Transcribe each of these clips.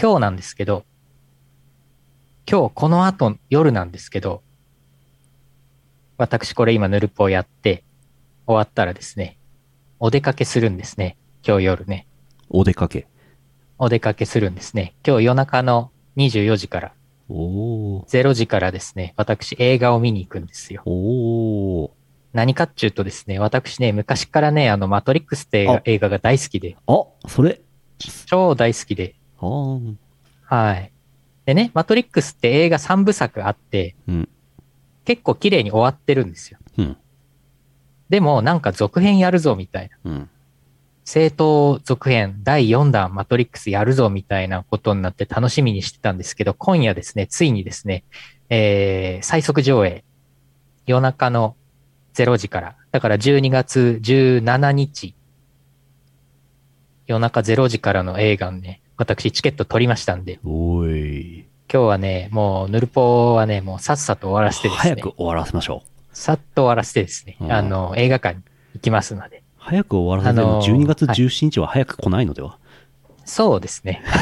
今日なんですけど、今日この後夜なんですけど、私これ今ヌルポをやって、終わったらですね、お出かけするんですね。今日夜ね。お出かけ。お出かけするんですね。今日夜中の24時から、おー。 0時からですね、私映画を見に行くんですよ。おー。何かっていうとですね、私ね、昔からね、あの、マトリックスって映あ画映画が大好きで、あ、それ。超大好きで、あー。はい。でね、マトリックスって映画3部作あって、うん。結構綺麗に終わってるんですよ。うん。でも、なんか続編やるぞみたいな。うん。正当続編第4弾マトリックスやるぞみたいなことになって楽しみにしてたんですけど、今夜ですね、ついにですね、えー、最速上映、夜中の0時から、だから12月17日、夜中0時からの映画のね、私チケット取りましたんで、おーい。今日はね、もうヌルポはね、もうさっさと終わらせてです早ねく、終わらせましょう。さっと終わらせてですね、うんあの、映画館に行きますので、早く終わらせてあものー12月17日は早く来ないのでは、そうですね。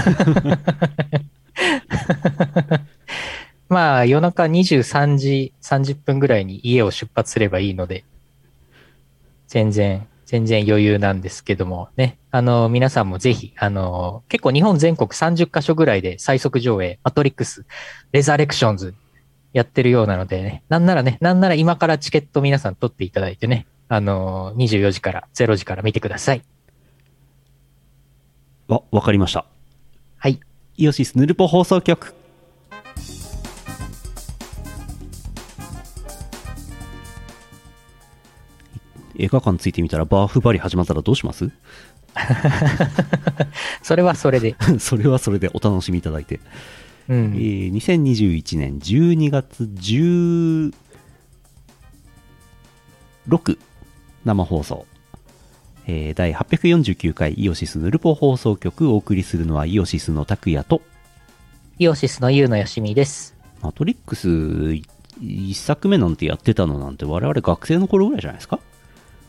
まあ、夜中23時30分ぐらいに家を出発すればいいので、全然、全然余裕なんですけどもね、あの、皆さんもぜひ、あの、結構日本全国30カ所ぐらいで最速上映、マトリックス、レザレクションズやってるようなのでね、なんならね、なんなら今からチケット皆さん取っていただいてね、あの、24時から0時から見てください。わ、わかりました。はい。イオシスヌルポ放送局。映画館ついてみたらバーフバリ始まったらどうします それはそれで。それはそれでお楽しみいただいて。うんえー2021年12月16生放送、えー第849回イオシスヌルポ放送局お送りするのはイオシスの拓也とイオシスのユウのよしみです。マトリックス1作目なんてやってたのなんて我々学生の頃ぐらいじゃないですか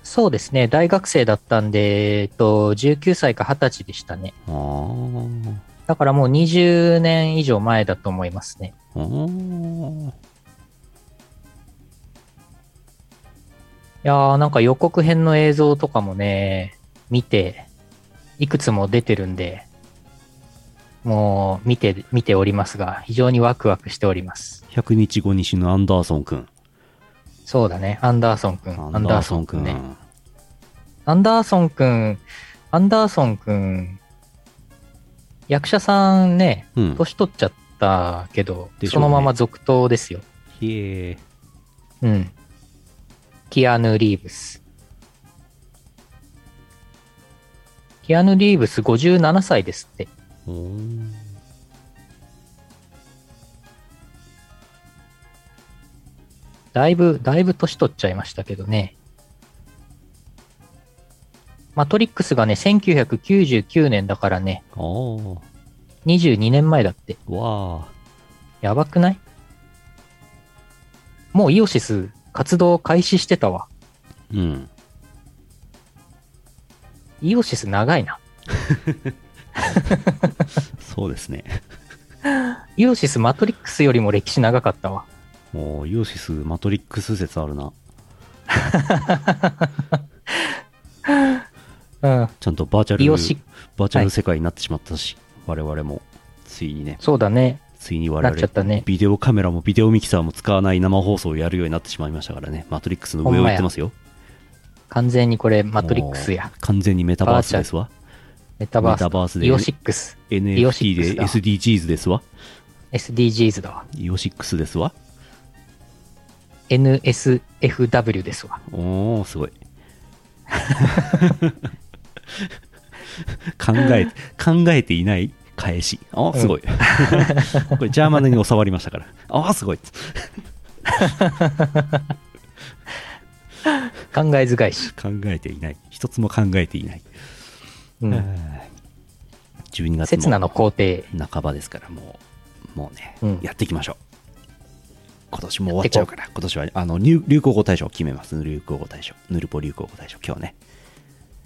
そうですね、大学生だったんで、えっと、19歳か20歳でしたね。あーだからもう20年以上前だと思いますね。あーいやー、なんか予告編の映像とかもね、見て、いくつも出てるんで、もう見て、見ておりますが、非常にワクワクしております。 100日後に死ぬアンダーソンくんそうだね、アンダーソンくん、アンダーソンくんね。アンダーソンくんアンダーソンくん、アンダーソンくん、役者さんね、うん年取っちゃったけど、でしそうょねのまま続投ですよ。ひえーうん。キアヌ・リーブス。キアヌ・リーブス57歳ですって。おーだいぶ、だいぶ年取っちゃいましたけどね。マトリックスがね、1999年だからね、あー22年前だって。わあやばくないもうイオシス活動開始してたわ。うん。イオシス長いな。そうですね。 イオシスマトリックスよりも歴史長かったわ。もう、イオシス、マトリックス説あるな。うん。ちゃんとバーチャル、イオシバーチャル世界になってしまったし、我々も、ついにね、そうだね。ついに我なっ々、ちゃったね。ビデオカメラもビデオミキサーも使わない生放送をやるようになってしまいましたからね、マトリックスの上を行ってますよ。完全にこれマトリックスやも。う完全にメタバースですわ。メタバース。メタバースでイオシックス。オシ NFT ックスでだ SDGs ですわ。 SDGs だわ。イオシックスですわ。 NSFW ですわ。おー、すごい。 考え、考えていない返し。あーすごい。 これ、ジャーマネに教わりましたから。あー、すごい。考えづかいし。考えていない。一つも考えていない。うん。 12月刹那もの皇帝。半ばですから、もう、もうね、うんやっていきましょう。今年も終わっちゃうから、今年は、あの、流流行語大賞決めます。流行語大賞。ヌルポ流行語大賞。今日ね。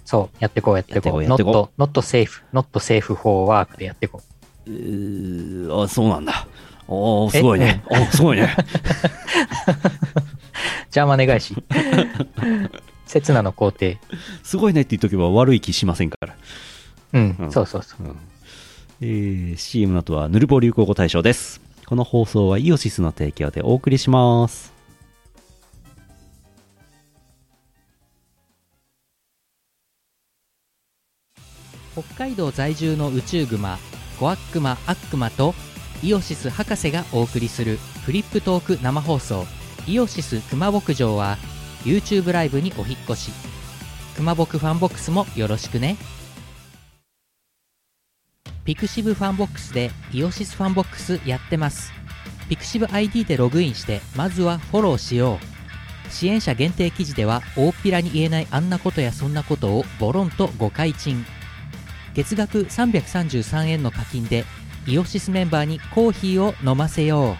そう。やってこう、やってこう。やってこうやってこ not, not safe, not safe for work でやってこう。うーあそうなんだ。おおすごいね。おすごいね。じゃあ、真似返 し。刹那の皇帝。すごいねって言っとけば悪い気しませんから。うん、うんそうそうそう。うんえー、CM の後はヌルボ流行語大賞です。この放送はイオシスの提供でお送りします。北海道在住の宇宙グマコアックマアックマとイオシス博士がお送りするフリップトーク生放送「イオシス熊牧場」は YouTube ライブにお引っ越し熊牧ファンボックスもよろしくねピクシブファンボックスでイオシスファンボックスやってますピクシブ ID でログインしてまずはフォローしよう支援者限定記事では大っぴらに言えないあんなことやそんなことをボロンと誤解賃月額333円の課金でイオシスメンバーにコーヒーを飲ませよう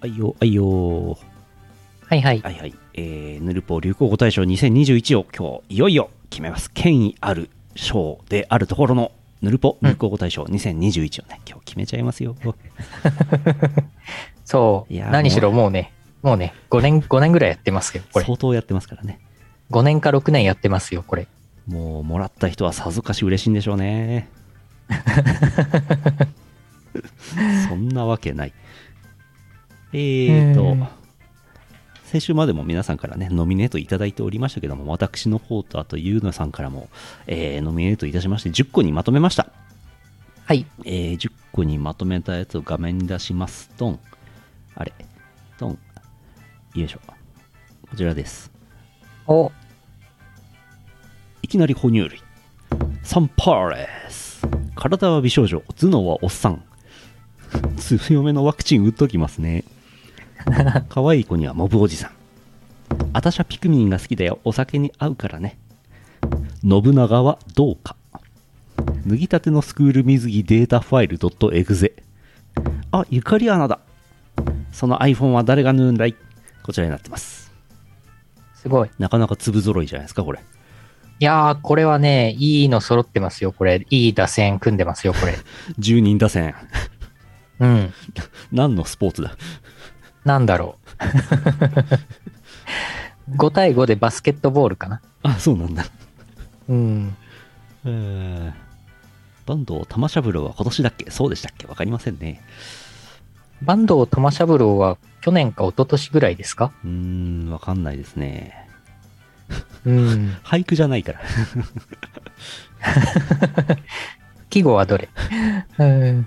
あいよ、あいよ。はいはい。はいはい。えー、ヌルポ流行語大賞2021を今日いよいよ決めます。権威ある賞であるところのヌルポ流行語大賞2021をね、今日決めちゃいます よ。そう。いや何しろもうね、もうね、5年、5年ぐらいやってますよ、これ。相当やってますからね。 5年か6年やってますよ、これ。もうもらった人はさぞかし嬉しいんでしょう ね。そんなわけない。えーうとん、先週までも皆さんからね、ノミネートいただいておりましたけども、私の方とあとゆうのさんからも、えーノミネートいたしまして、10個にまとめました。はい。えー10個にまとめたやつを画面に出します。ドン。あれ。ドン。よいしょ。こちらです。お、いきなり哺乳類。サンパーレス。体は美少女、頭脳はおっさん。強めのワクチン打っときますね。可愛い子にはモブおじさん。あたしゃピクミンが好きだよ。お酒に合うからね。信長はどうか。脱ぎたてのスクール水着データファイル .exe。あ、ゆかり穴だ。その iPhone は誰が縫うんだいこちらになってます。すごい。なかなか粒揃いじゃないですか、これ。いやー、これはね、いいの揃ってますよ、これ。いい打線組んでますよ、 これ。 10人打線。うん。何のスポーツだ なんだろう。5対5でバス ケットボールかな。あそうなんだうん。バンド玉三郎は今年だっけそうでしたっけわかりませんね坂東玉三郎は去年か一昨年ぐらいですかうーんわかんないですねうん。俳句じゃないから季語はどれうん。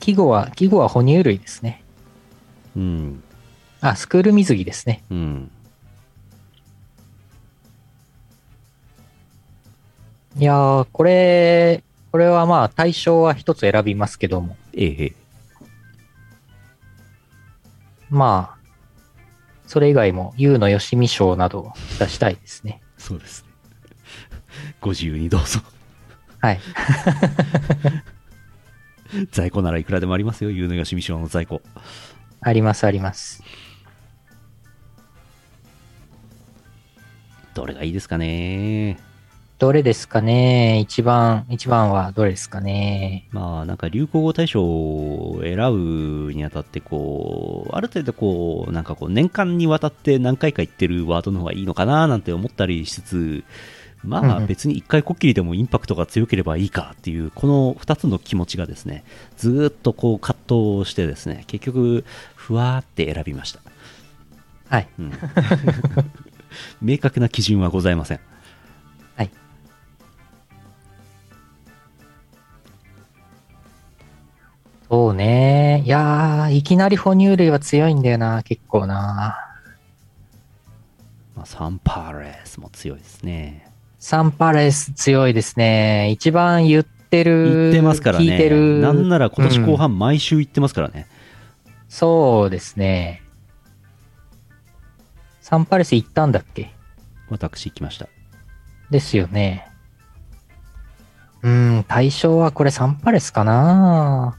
季語は、季語は哺乳類ですね。うんあ、スクール水着ですね。うんいやー、これ、これはまあ対象は一つ選びますけども、ええええまあ、それ以外も、優のよしみ賞などを出したいですね。そうですねご自由にどうぞはい。在庫ならいくらでもありますよゆうのよしみしょうの在庫あります、あります。どれがいいですかねどれですかね一番、一番はどれですかねまあなんか流行語大賞を選ぶにあたってこうある程度こうなんかこう年間にわたって何回か言ってるワードの方がいいのかななんて思ったりしつつまうあんうん別に一回こっきりでもインパクトが強ければいいかっていうこの2つの気持ちがですねずーっとこう葛藤してですね結局ふわーって選びました、はい。うん明確な基準はございませんはいそうね。いやー、いきなり哺乳類は強いんだよな、結構な。まあサンパーレスも強いですねサンパレス強いですね。一番言って言る。ってますから聞いてね。る。なんなら今年後半毎週言ってますからね。そうですね。サンパレス行ったんだっけ私行きました。ですよね。うーん、対象はこれサンパレスかな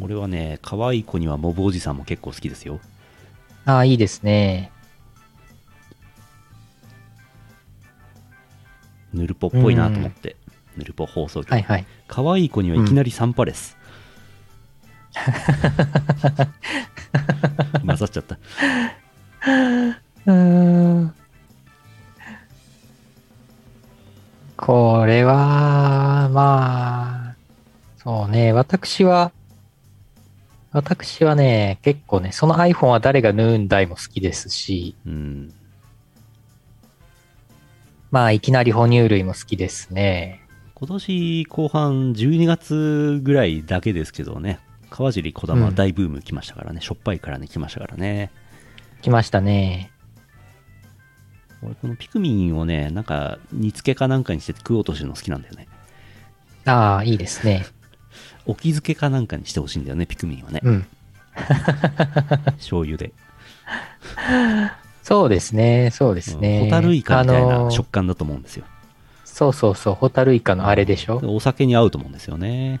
俺はね、可愛い子にはモブおじさんも結構好きですよ。ああ、いいですね。ヌルポっぽいなと思って。ヌルポ放送局。はいはい。可愛い子にはいきなりサンパ レス。混ざっちゃった。うーんこれは、まあ、そうね、私は、私はね、結構ね、その iPhone は誰が縫うんだいも好きですし、うん。まあ、いきなり哺乳類も好きですね。今年後半12月ぐらいだけですけどね川尻児玉大ブーム来ましたからね、しょっぱいからね来ましたからね来ましたね。俺このピクミンをねなんか煮付けかなんかにして食おうとしてるの好きなんだよねああ、いいですね。お気漬けかなんかにしてほしいんだよねピクミンはねうん。醤油でそうですね、そうですね。うんホタルイカみたいあなの食感だと思うんですよ、そうそうそう、ホタルイカのあれでしょ。お酒に合うと思うんですよね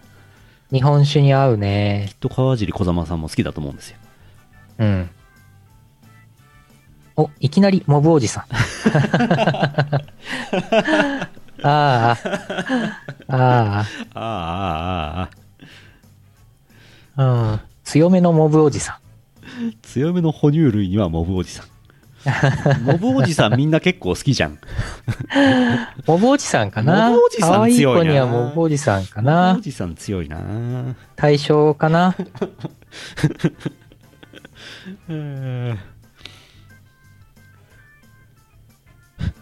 日本酒に合うきねっ。と川尻児玉さんも好きだと思うんですようん。お、いきなりモブおじ さん。ああ、あああああああ、うん。強めのモブおじさあ強めの哺乳類にはモブおじさん モブおじさんみんな結構好きじゃんん。モブおじさんかなモブおじさん可愛い強子いなにはモブおじさんかなおじさん強いな対象かな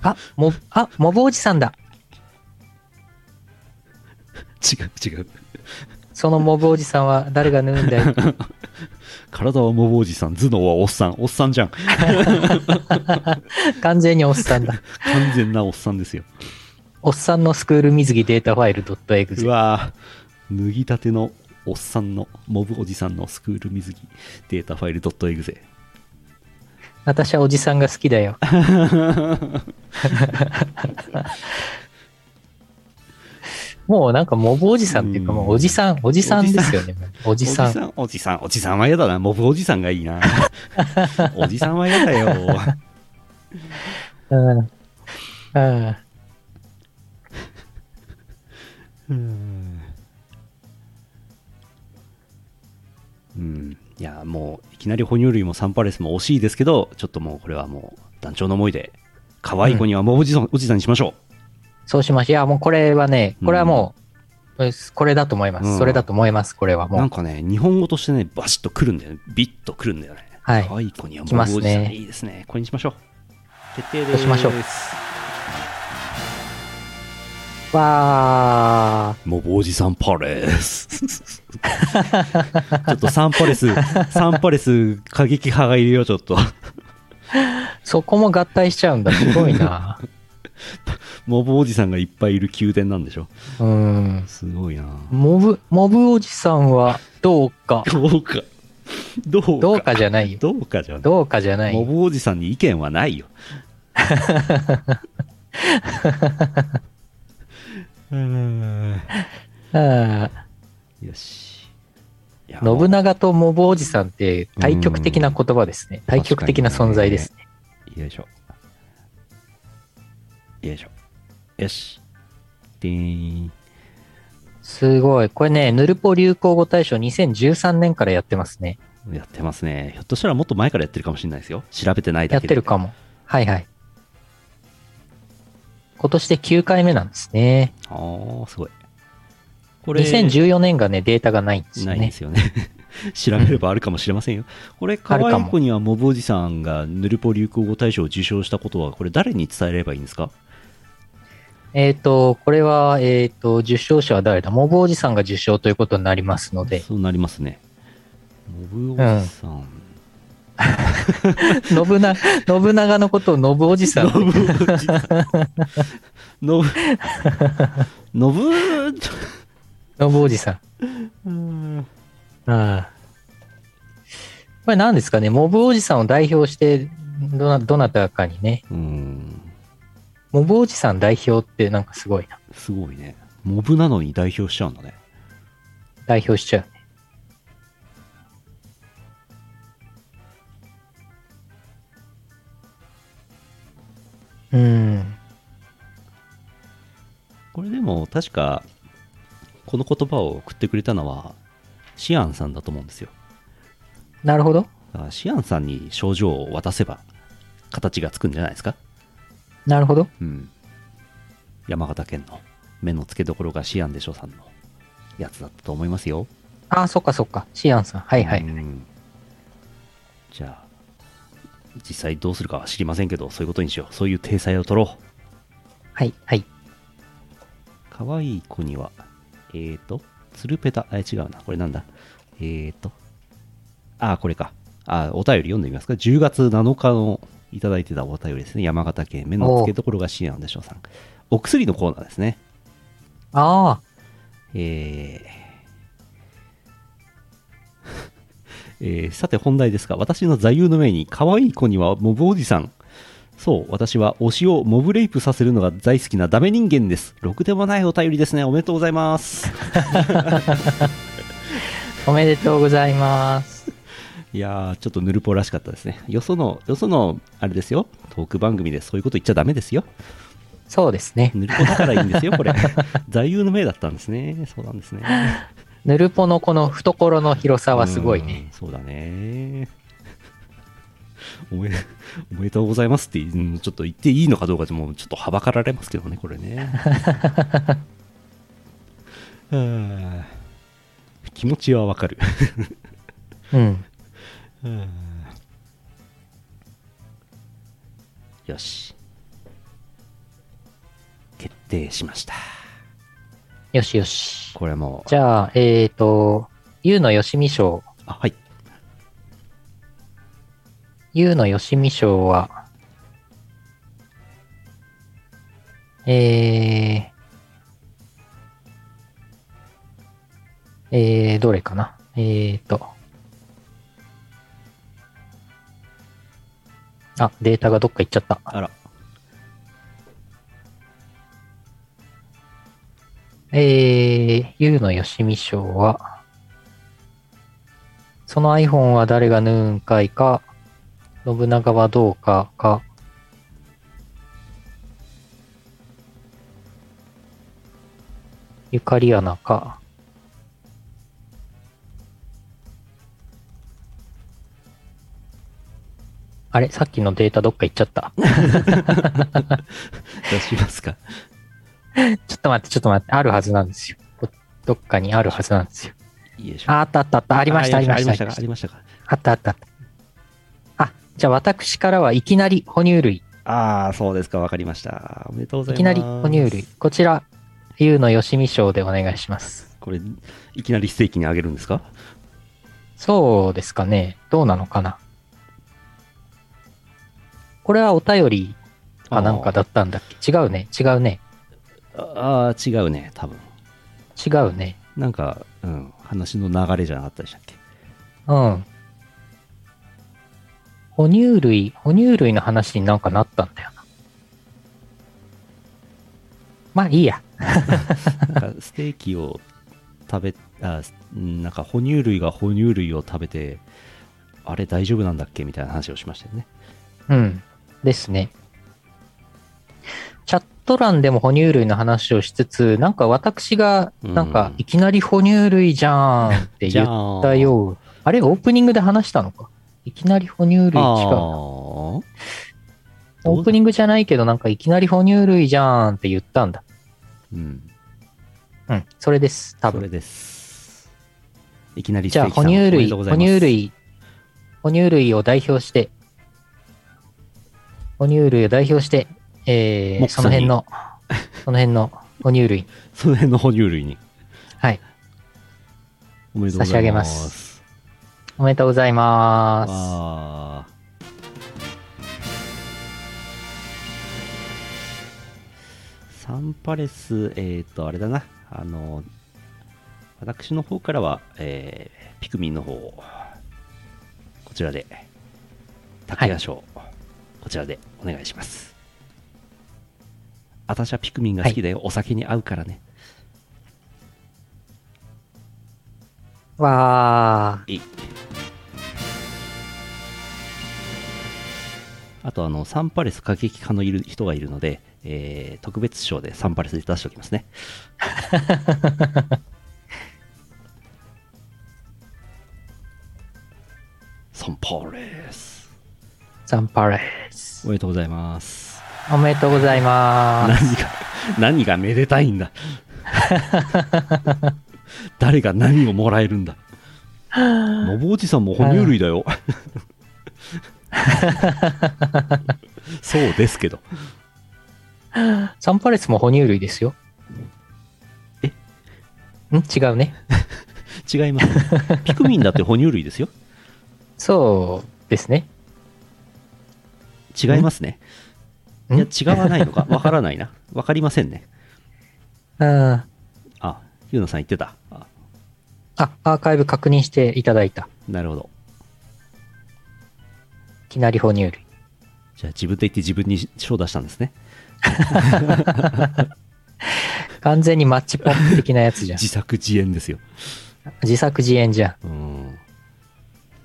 あ、モブ、あ、モブおじさんだ。違う違うそのモブおじさんは誰が縫うんだ よ。体はモブおじさん頭脳はおっさんおっさんじゃん完全におっさんだ。完全なおっさんですよおっさんのスクール水着データファイル .exe う。わー脱ぎたてのおっさんのモブおじさんのスクール水着データファイル .exe 私はおじさんが好きだよ。もうなんかモブおじさんっていうかうんもうおじさん、おじさんですよね。おじさん。おじさんおじさんおじさんは嫌だなモブおじさんがいい なおじさんは嫌だようん。うん。うんうんいやもういきなり哺乳類もサンパレスも惜しいですけどちょっともうこれはもう団長の思いで可愛い子にはもうおじさん、おじさんにしましょそうしましょう。いや、もうこれはね、これはもう、これだと思います。うんそれだと思います。これはうなもんう。かね日本語としてねバシッとくるんだよねビッとくるんだよね、はい可愛い子にはもきうおまじすさん、ねいいですねこれにしましょう決定ですそうしましょうわもうおじさんパレス ちょっとサンパレス サンパレス過激派がいるよちょっとー。そこも合体しちゃうんだ。すごいな。モブおじさんがいっぱいいる宮殿なんでしょ うん。すごいなモブ、モブおじさんはどうか。どうかどうかどうかじゃないよ。どうかじゃないどうかじゃないモよ。ブおじさんに意見はな いよ うーんうんよしいや信長とモブおじさんって対極的な言葉ですね。対極的な存在ですね。よいしょよいしょよしでーんすごい。これね、ヌルポ流行語大賞2013年からやってますね。やってますねひょっとしたらもっと前からやってるかもしれないですよ調べてないやだっけてでるかも。はいはい。今年で9回目なんですね。あーすごいこ2014年がね、データがないんですよないんでね。すよね。 調べればあるかもしれませんよ。これ、可ある愛かいも子にはモブおじさんがヌルポ流行語大賞を受賞したことは、これ誰に伝えればいいんですかえっ、と、これは、えっ、と、受賞者は誰だモブおじさんが受賞ということになりますので、 そうなりますね。モブおじさん。信長、信長のことをノブおじさんノってブおじさん。ノ ブ。ノブ。ノブおじさん。ああ。これ何ですかね、モブおじさんを代表して、どなどなたかにね、うんモブおじさん代表ってなんかすごいな。すごいねモブなのに代表しちゃうんだね代表しちゃう。うん。これでも確かこの言葉を送ってくれたのはシアンさんだと思うんですよなるほど。だからシアンさんに症状を渡せば形がつくんじゃないですかなるほど。うん山形県の目の付けどころがシアンでしょさんのやつだったと思いますよああ、そっかそっか。シアンさん。はいはうい。んじゃあ実際どうするかは知りませんけどそういうことにしようそういう体裁を取ろうはいはい。可愛い子にはえーとつるペタあ違うなこれなんだえーとあこれかあお便り読んでみますか10月7日のいただいてたお便りですね山形県目の付けどころがシアンでしょうさんお薬のコーナーですねああ、えー えーさて本題ですが私の座右の銘に可愛い子にはモブおじさんそう私は推しをモブレイプさせるのが大好きなダメ人間ですろくでもないお便りですねおめでとうございますおめでとうございます。いやーちょっとぬるぽらしかったですねよそのよそのあれですよトーク番組でそういうこと言っちゃダメですよそうですね。ぬるぽだからいいんですよこれ座右の銘だったんですねそうなんですねぬるぽのこの懐の広さはすごいね。うん。そうだね。 おめおめでとうございますって、うんちょっと言っていいのかどうかでもうちょっとはばかられますけどね、これね。 はあ気持ちはわかる。 うん。はあよし。決定しました。よしよし。これはもう。じゃあ、えっ、ー、と、ゆうのよしみ賞。あ、はい。ゆうのよしみ賞は、えー、えー、どれかなえーと、あ、データがどっか行っちゃった。あら。えー、ゆうのよしみ賞は、その iPhone は誰が縫うんかいか、信長はどうかか、ゆかりアナか、あれさっきのデータどっか行っちゃった。出しますか。ちょっと待って、ちょっと待って。あるはずなんですよ。こどっかにあるはずなんですよ。いいでしょうああったあったあった。ありました、ありました。ありまあしたりましたか。あったあったあった。あ、じゃあ私からはいきなり哺乳類。ああ、そうですか、わかりました。おめでとうございいます。きなり哺乳類。。こちら、ゆうのよしみ賞でお願いします。これ、いきなりステーキにあげるんですかそうですかね。どうなのかな。これはお便りかなんかだったんだっけ違うね。違うね。ああ、違うね、多分。違うね。なんか、うん、話の流れじゃなかったでしたっけ。うん。哺乳類、哺乳類の話になんかなったんだよな。まあいいや。なんか、ステーキを食べ、あーうんなんか、哺乳類が哺乳類を食べて、あれ大丈夫なんだっけみたいな話をしましたよね。うん。ですね。チャット欄でも哺乳類の話をしつつ、なんか私が、なんかうんいきなり哺乳類じゃーんってじゃ言っあたよう。あれオープニングで話したのか。いきなり哺乳類違うあな。ーオープニングじゃないけど、なんかいきなり哺乳類じゃーんって言ったんだ。うん、うん。それです。多それ分。です。いきなりじステゃーあ、キさ哺ん乳おめで類、とう哺ございます乳類、哺乳類を代表して、哺乳類を代表して、えー、モックさそのんに辺の、その辺の哺乳類、その辺の哺乳類に。はい。おめでとうございます。差し上げますおめでとうございまあーサンパレス、えっ、と、あれだな、あの、私の方からは、えーピクミンの方をここちらで竹谷賞、こちらでお願いします私はピクミンが好きだよ、お酒に合うからねわいいあとあのサンパレス過激派のいる人がいるので、えー特別賞でサンパレスで出しておきますねー。サンパレスサンパレスお。めでとうございますおめでとうございます。何が何がめでたいんだ誰が何をもらえるんだのぼおじさんも哺乳類だよそうですけどサンパレスも哺乳類ですよ。えん違うね。違いますピクミンだって哺乳類ですよそうですね。違いますねいんや違わないのかわからないなわかりませんねああゆうなさん言ってたあーあ、アーカイブ確認していただいた。なるほどいきなり哺乳類。じゃあ自分で言って自分に賞出したんですね完全にマッチポンプ的なやつじゃん。自作自演ですよ自作自演じゃん。うん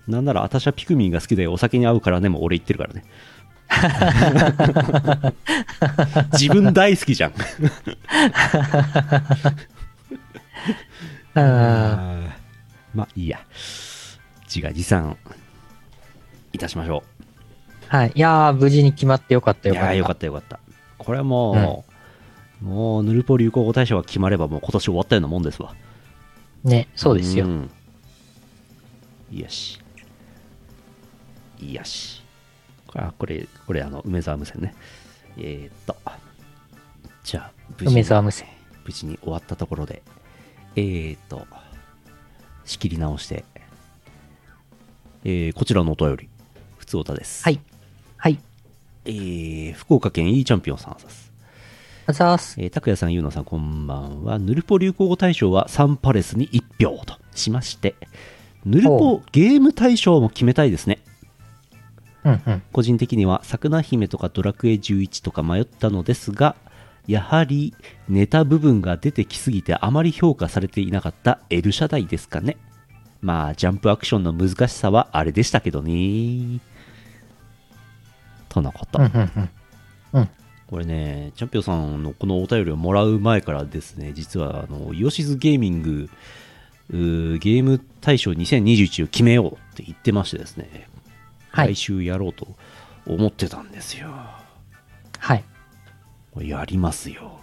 なんなら私はピクミンが好きでお酒に合うからねも俺言って るからね自分大好きじゃんあまあいいや自画自賛いたしましょーはい。いやー、無事に決まってよかったういよかっやた。ーよかったよかったこれはもう、もうヌルポ流行語大賞が決まればもう今年終わったようなもんですわね、そうですよ。んよしよしあこれこれあの梅沢無線ねえー、っとじゃあ無事に梅沢無線。無事に終わったところでえー、っと仕切り直して、えーこちらのお便り普通おたですはい。はい。えー福岡県 E チャンピオンさんですあざーす。えー、拓也さん、ゆうのさん、こんばんは。ヌルポ流行語大賞はサンパレスに1票としまして、ヌルほポゲーム大賞も決めたいですね。うんうん。個人的には、桜姫とかドラクエ11とか迷ったのですが、やはりネタ部分が出てきすぎてあまり評価されていなかったエルシャダイですかね。まあ、ジャンプアクションの難しさはあれでしたけどね。とのこと。うんうんうん。これね、チャンピオンさんのこのお便りをもらう前からですね、実はあの、イオシズゲーミング、うーゲーム大賞2021を決めようって言ってましてですね、はい来週やろうと思ってたんですよ。はい。これやりますよ。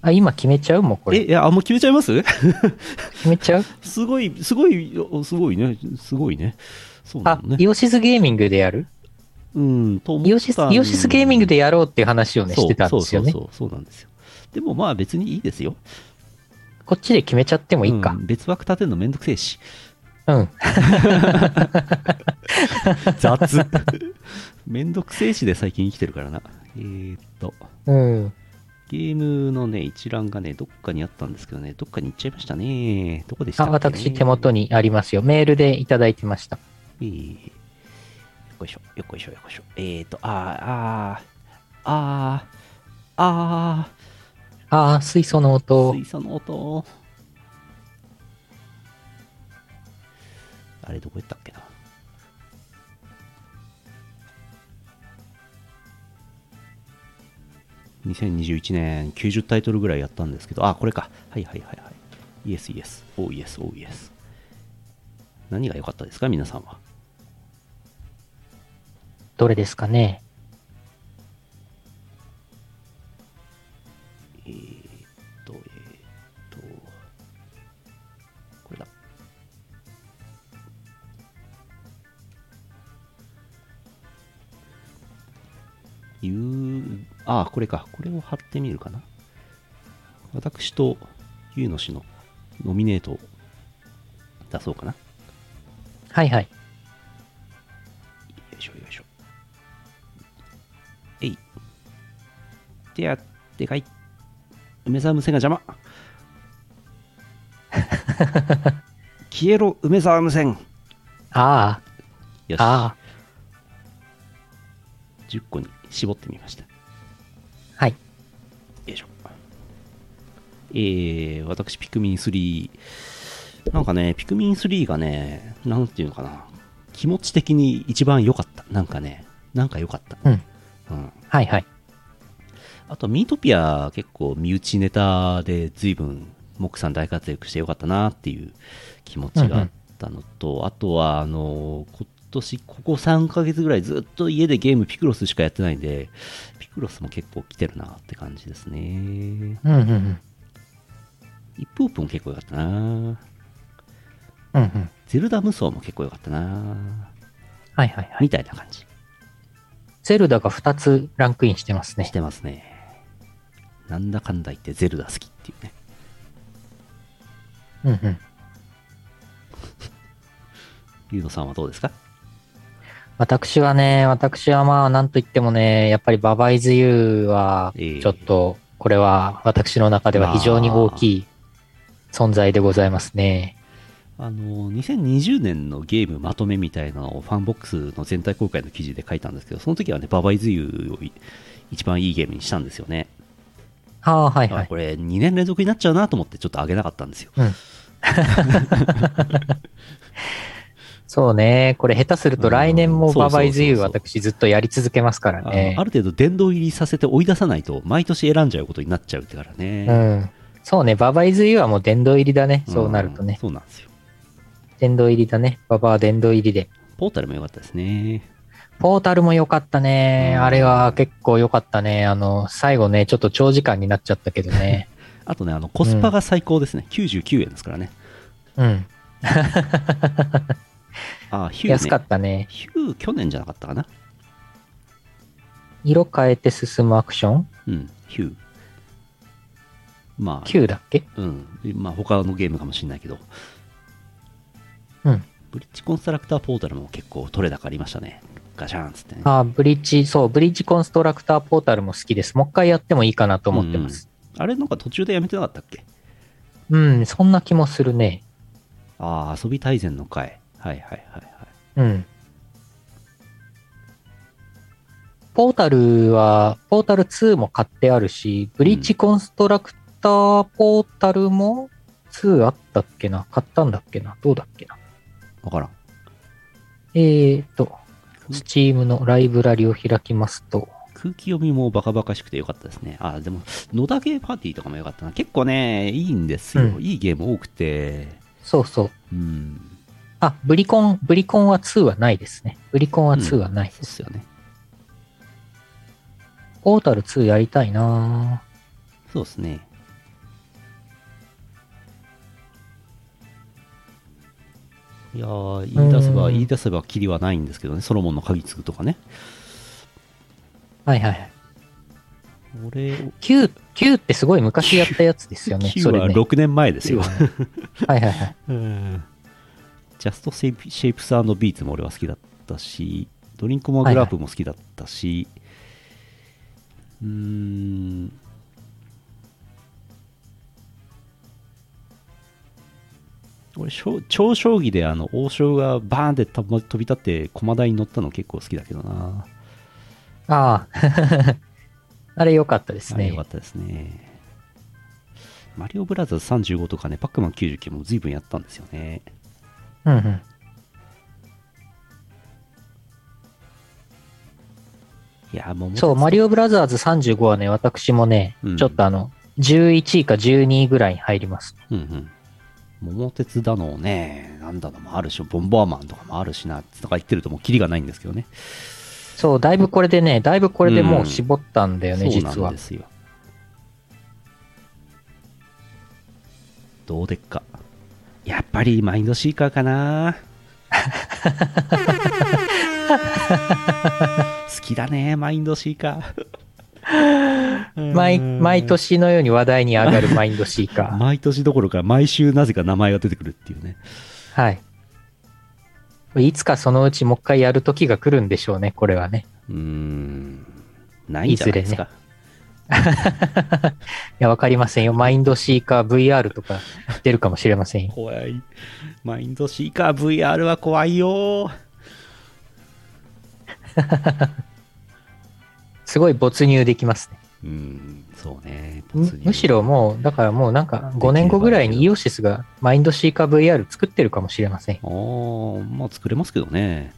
あ、今決めちゃうもうこえ、れ。いや、あ、もう決めちゃいます 決めちゃうすごい、すごい、おすごいね、すごいね。そうなあ、のね。イオシスゲーミングでやるうん、と思ったんイオシス、イオシスゲーミングでやろうっていう話をね、そうしてたんですよねそ。うそうそう、そうなんですよ。でもまあ別にいいですよ。こっちで決めちゃってもいいかう。ん別枠立てるのめんどくせえし。うん。雑 めんどくせえしで最近生きてるからなえー、っとうん。ゲームのね一覧がねどっかにあったんですけどねどっかに行っちゃいましたねどこでしたあ、っけね私手元にありますよ。メールでいただいてました。えーよっこいしょよっこいしょよっこいしょえー、っとあーあーあーあああ、水素のー音。水素の音あれどこ行ったっけな2021年90タイトルぐらいやったんですけど、あ、これか。はいはいはいはい。イエスイエス、オーイエス、オーイエス。何が良かったですか、皆さんは。どれですかね。えー、っと、えー、っと、これだ。ゆう、ああ、これか。これを貼ってみるかな。私とゆうの氏のノミネートを出そうかな。よはいはい。いしょよいしょ。えい。でや、でかい。梅沢無線 が邪魔。消えろ、梅沢無線。ああ、よしあ10個に絞ってみましたよあ、はい。いしょえー、私ピクミン3なんかねピクミン3がねなんていうのかな気持ち的に一番良かったなんかねなんか良かったうん、うん、はいはい。あとミートピア結構身内ネタで随分モックさん大活躍して良かったなっていう気持ちがあったのと、あとはあの今年ここ3ヶ月ぐらいずっと家でゲームピクロスしかやってないんでピクロスも結構来てるなって感じですねうんうんうん。一風プも結構良かったなうんうん。ゼルダ無双も結構良かったなはいはいはい。みたいな感じゼルダが2つランクインしてますしね。てますねなんだかんだ言ってゼルダ好きっていうねうんうん。ゆうのさんはどうですか私はね、私はまあ、なんといってもね、やっぱりババイズユーは、ええちょっと、これは私の中では非常に大きい存在でございますね。あの2020年のゲームまとめみたいなのをファンボックスの全体公開の記事で書いたんですけどその時はねババイズユーをい一番いいゲームにしたんですよね、ああ、はいはあい。これ2年連続になっちゃうなと思ってちょっと上げなかったんですよそうね。これ下手すると来年うんもそうそうそうそうババイズユー私ずっとやり続けますからあのねあ。る程度殿堂入りさせて追い出さないと毎年選んじゃうことになっちゃうってからうね、ん。そうね。ババイズユーはもう殿堂入りだね。そうなるとんね。そうなんですよ殿堂入りだね。ババは殿堂入りで。ポータルも良かったですねポータルも良かったねう。んあれは結構良かったね。あの、最後ね、ちょっと長時間になっちゃったけどね。あとねあのコスパが最高ですね、99円ですからねうん。あヒュー、ね、安かったね。ヒュー去年じゃなかったかな色変えて進むアクションうんヒューまあ ?9 だっけうん。まあ、他のゲームかもしれないけど。うん。ブリッジコンストラクターポータルも結構取れ高ありましたね。ガシャーンっつってね。あ、ブリッジ、そう、ブリッジコンストラクターポータルも好きです。もう一回やってもいいかなと思ってます。あれなんか途中でやめてなかったっけうん、そんな気もするね。ああ、遊び大全の回。はいはいはいはい。うん。ポータルは、ポータル2も買ってあるし、ブリッジコンストラクターポータルも2あったっけな買ったんだっけなどうだっけなわからん。えーと、スチームのライブラリを開きますと、空気読みもバカバカしくてよかったですね。ああ、でも、野田ゲーパーティーとかもよかったな。結構ね、いいんですよ。うんいいゲーム多くて。そうそう。うん。あ、ブリコン、ブリコンは2はないですね。ブリコンは2はないそでうっす。すよね。ポータル2やりたいなぁそうですね。いやー言い出せば、うん言い出せば、キリはないんですけどね、ソロモンの鍵継ぐとかね。はいはいはい。俺、 9、9ってすごい昔やったやつですよ ね。キそリれはね。 6年前ですよ。はいはいはい。うんジャストシェイプ・シェイプスビーツも俺は好きだったし、ドリンク・モア・グラープも好きだったし、うーん。俺、小超将棋であの王将がバーンってた飛び立って駒台に乗ったの結構好きだけどな。あ あ。あれ良かったですあれねよか。ったですね。マリオブラザーズ35とかね、パックマン99も随分やったんですよね。うんうん。いや、もう、そう、マリオブラザーズ35はね、私もね、うんちょっとあの、11位か12位ぐらいに入ります。うんうん。桃鉄だのね、なんだのもあるし、ボンバーマンとかもあるしな、とか言ってるともうキリがないんですけどね。そう、だいぶこれでね、だいぶこれでもう絞ったんだよね、そう実なんはで。すよ。どうでっか。やっぱりマインドシーカー かな好きだね、マインドシーカー。毎、うん毎年のように話題に上がるマインドシー カ毎年どころか毎週なぜか名前が出てくるっていうね。ー。はい。いつかそのうちもう一回やる時が来るんでしょうね、これはね。うーん。ないんじゃないですか。いや、わかりませんよ。マインドシーカー VR とか出るかもしれませんよ。怖い。マインドシーカー VR は怖いよ。すごい没入できますね。うん、そうね。むむしろもう、だからもうなんかできれば5年後ぐらいにイオシスがマインドシーカー VR 作ってるかもしれません。ああ、まあ作れますけどね。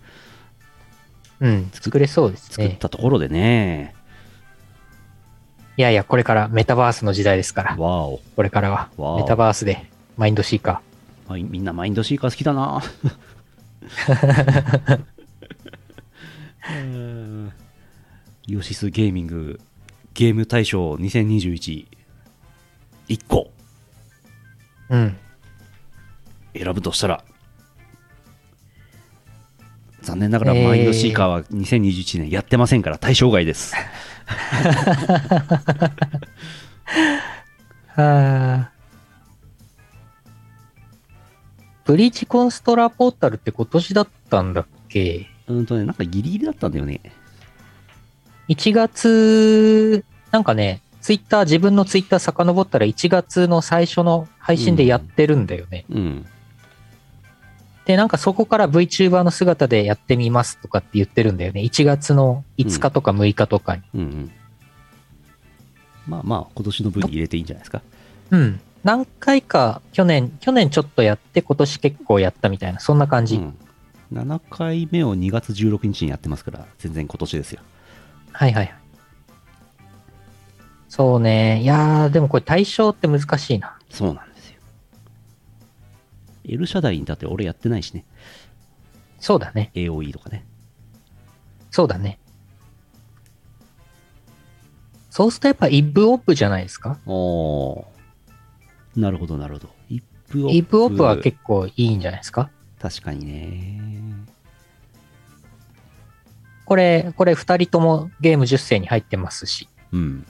うん、作っ作れそうです作っね。たところでね。いやいや、これからメタバースの時代ですから、わお。これからは。わおメタバースでマインドシーカまあみんなマインドシーカー好きだ な。うんイオシスゲーミングゲーム大賞2021。1個ー。うん。選ぶとしたら。残念ながらマインドシーカーは2021年やってませんから対象外です。あーブリーチコンストラポータルって今年だったんだっけ うんとね、なんかギリギリだったんだよね。 1月、なんかね、ツイッター、自分のツイッター遡ったら1月の最初の配信でやってるんだよね。うん。で、なんかそこから VTuber の姿でやってみますとかって言ってるんだよね。1月の5日とか6日とかに。うんうん。まあまあ、今年の分に入れていいんじゃないですか。うん。何回か去年、去年ちょっとやって、今年結構やったみたいな、そんな感じ。うん、7回目を2月16日にやってますから、全然今年ですよ。はいはいはい。そうね。いやー、でもこれ対象って難しいな。そうなんですよ。L 社代にだって俺やってないしね。そうだね。 AOE とかね。そうだね。そうするとやっぱイブオップじゃないですかおー。なるほど、なるほど。イップオイブオップは結構いいんじゃないですか確かにね。これ、これ2人ともゲーム10世に入ってますし。うん。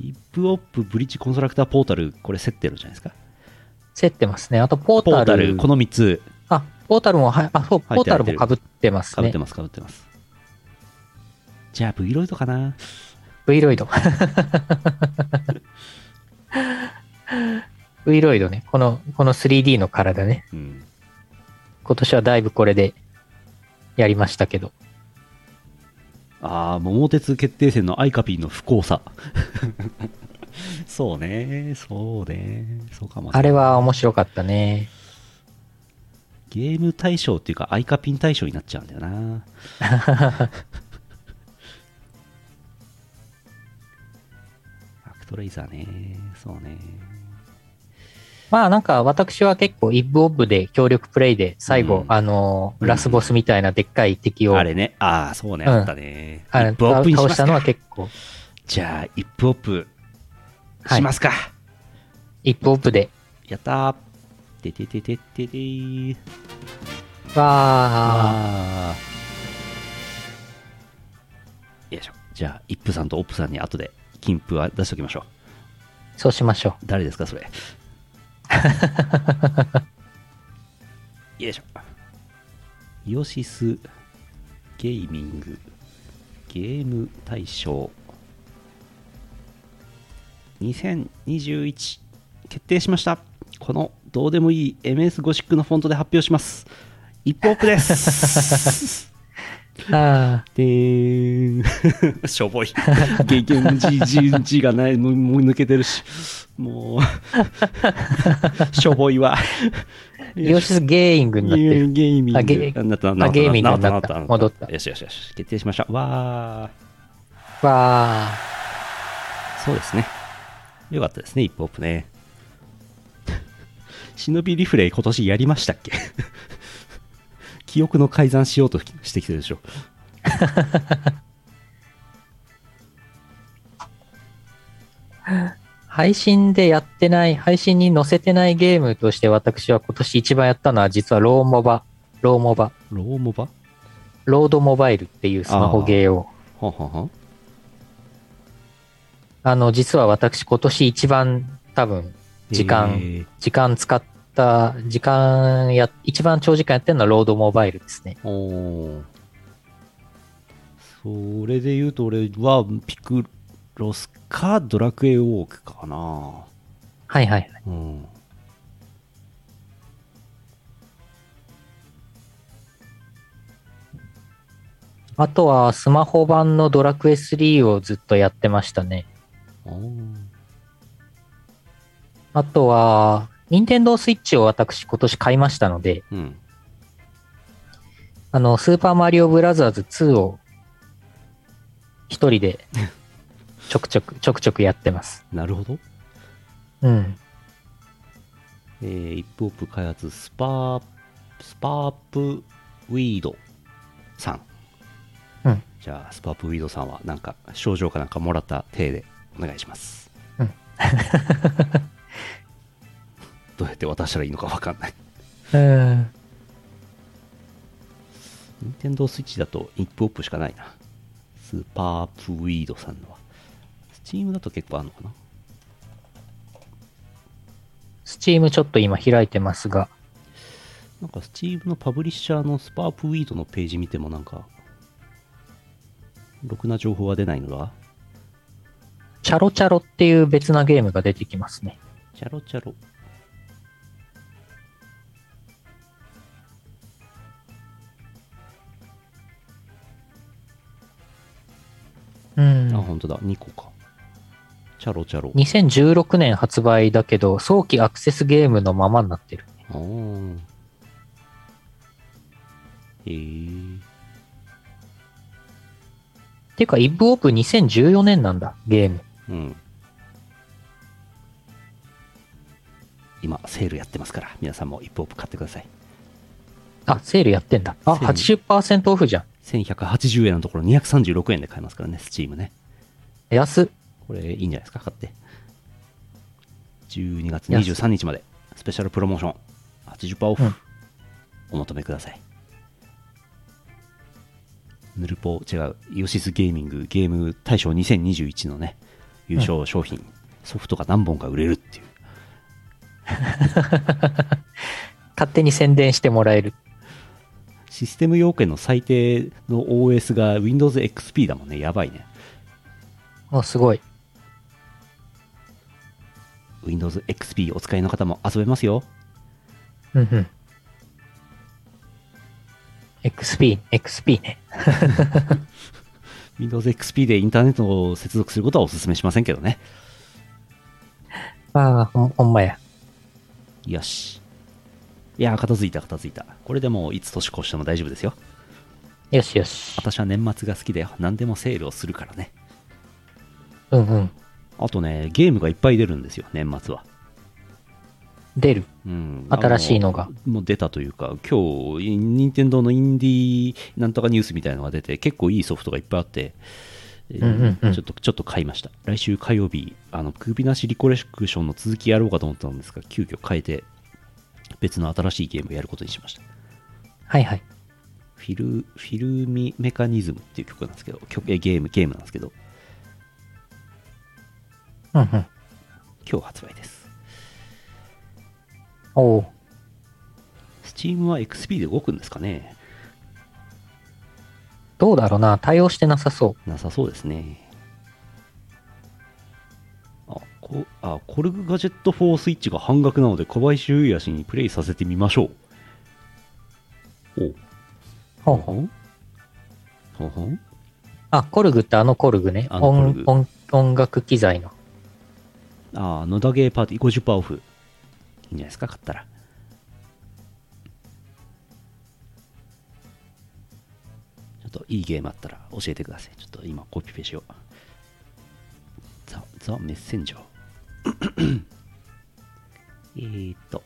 イップオップ、ブリッジコンストラクターポータル、これ競ってるじゃないですか。競ってますね。あとポーポタル。ータル、この3つ、あ、ポータルもは、あ、そう、ポ入っーてるタルも被ってますかぶっねて。ます、かぶってます。じゃあ、V ロイドかな V ロイド。V ロイドね。この、この 3D の体ね。うん。今年はだいぶこれでやりましたけど。ああ、桃鉄決定戦のアイカピーの不幸さ。そうね、そうね、そうかも。あれは面白かったね。ゲーム対象っていうか、アイカピン対象になっちゃうんだ よな。アクトレイザーね、そうね。まあなんか私は結構イブオブで協力プレイで最後、うんあのうー、んラスボスみたいなでっかい敵を、あれね、ああ、そうね、うんあったね。あれイップオップにし倒ましすたのか。は結構、じゃあ、イップオップはいしますか。イブオブで、やったー。ててててててー。わあーよいしょじゃあ一夫さんとオップさんに後で金粉は出しておきましょー、そうしましょう誰ですかそれ よいしょイオシスゲーミングゲーム大賞2021決定しましたこのどうでもいい MS ゴシックのフォントで発表します一歩オップですう。あでーん。 しょぼい。経験じ、じ、じがない、もうもう抜けてるし。も う、しょぼいわ。ー、イオシスゲーイングになってる。ゲーミング。あゲなった、あゲーミングになった戻ったよしよしよし。決定しました。わわー。ー。そうですね。よかったですね、一歩オップね。忍びリフレイ今年やりましたっけ 記憶の改ざんしようとしてきてるでしょ。配信でやってない、配信に載せてないゲームとして私は今年一番やったのは実はローモバ、ローモバ、ローモバはロードモバイルっていうスマホゲーを、あはあはああの、実は私今年一番多分時間、えー時間使った、時間や、一番長時間やってるのはロードモバイルですね。おーそれで言うと俺はピクロスかドラクエウォークかなはいはい。うんあとは、スマホ版のドラクエ3をずっとやってましたね。あーあとは、任天堂スイッチを私今年買いましたので、うん。あの、スーパーマリオブラザーズ2を一人 でちょくちょく、ちょくちょくやってます。なるほど。うん。えー、イップオップ開発、スパー、スパープウィードさん。うんじゃあ、スパープウィードさんは、なんか、症状かなんかもらった体でお願いします。うん どうやって渡したらいいのかわかんない。うん。任天堂スイッチだと、イップオップしかないな。スーパープウィードさんのは。スチームだと結構あるのかなスチームちょっと今開いてますが、なんかスチームのパブリッシャーのスパープウィードのページ見てもなんか、ろくな情報は出ないのだ。チャロチャロっていう別なゲームが出てきますね。チャロチャロ。うあ、ん。ほんとだ。2個か。チャロチャロ。 2016年発売だけど、早期アクセスゲームのままになってる。あーへえ。てか、イブオープン2014年なんだ、ゲーム。うん。今、セールやってますから、皆さんも一歩オップ買ってください。あ、セールやってんだ。あ、セール80%オフじゃん。 1180円のところ236円で買えますからね、スチームね。安っ。これいいんじゃないですか買って12月23日までスペシャルプロモーション80%オフ、うんお求めくださいヌルポ違うイオシスゲーミングゲーム大賞2021のね優勝商品、ソフトが何本か売れるっていう勝手に宣伝してもらえる。システム要件の最低の OS が WindowsXP だもんねやばいねもうすごい。 WindowsXP お使いの方も遊べますようんうん。XP、XP ね。 WindowsXP でインターネットを接続することはお勧めしませんけどねああ、ほんほんまや。よし。いやー、片付いた、片付いた。これでもういつ年越しても大丈夫ですよ。よしよし。私は年末が好きだよ。何でもセールをするからね。うんうん。あとね、ゲームがいっぱい出るんですよ、年末は。出る。うん。新しいのがあ。もう出たというか、今日、任天堂のインディーなんとかニュースみたいなのが出て、結構いいソフトがいっぱいあって、えーうんうんうんちょっと、ちょっと買いました。来週火曜日、あの、首なしリコレクションの続きやろうかと思ったんですが、急遽変えて、別の新しいゲームをやることにしました。はいはい。フィル、フィルミメカニズムっていう曲なんですけど、曲、えゲーム、ゲームなんですけど、うんうん。今日発売です。おお。 Steam は XP で動くんですかねどうだろうな。対応してなさそなさそうですね。あ、こあコルグガジェット4スイッチが半額なので、小林優也氏にプレイさせてみましょう。おうう。ほうほほう。んほんほんあ、コルグってあのコルグね。あのコル音グ音音楽機材の。あ、野田ゲーパーティー50%オフ。いいんじゃないですか、買ったら。ちょっといいゲームあったら教えてください。ちょっと今コピペしよう。ザ・ザ・メッセンジャー。 えーっと、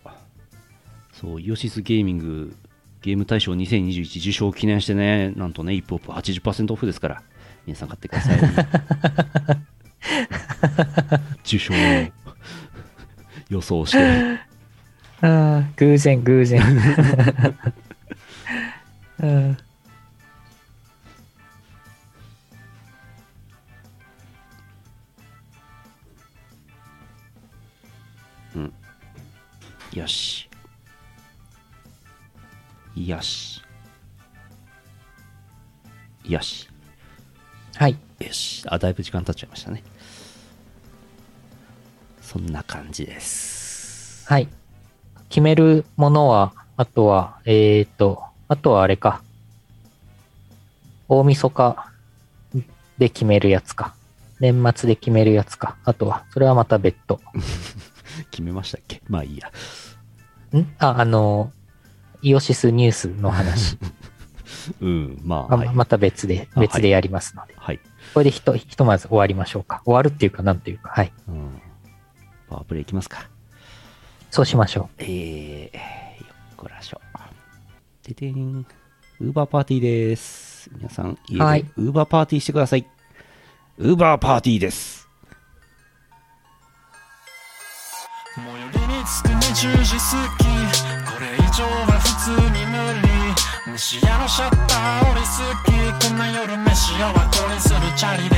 そう、イオシスゲーミングゲーム大賞2021受賞を記念してね、なんとね、イップオップ80%オフですから、皆さん買ってください。受賞を予想して、ああ、偶然偶然。うん。よし。よし。よし。 はい。よし。あ、だいぶ時間経っちゃいましたね。そんな感じです。はい。決めるものは、あとは、えっ、ー、と、あとはあれか。大晦日で決めるやつか。年末で決めるやつか。あとは、それはまた別途。決めましたっけまあいいや。んあ、あの、イオシスニュースの話。うん、まあ、あ はい。また別で、あはい別でやりますので。はい。これでひと、ひとまず終わりましょうか。終わるっていうか、なんていうか。はい。うん。パワープレイいきますか。そうしましょえー、よっこらしょ。ててん。ウーバーパーティーです。皆さん、家はいでウーバーパーティーしてください。ウーバーパーティーです。最寄りに着く20時過ぎこれ以上は普通に無理西屋のシャッター降りすぎこんな夜飯をはりするチャリで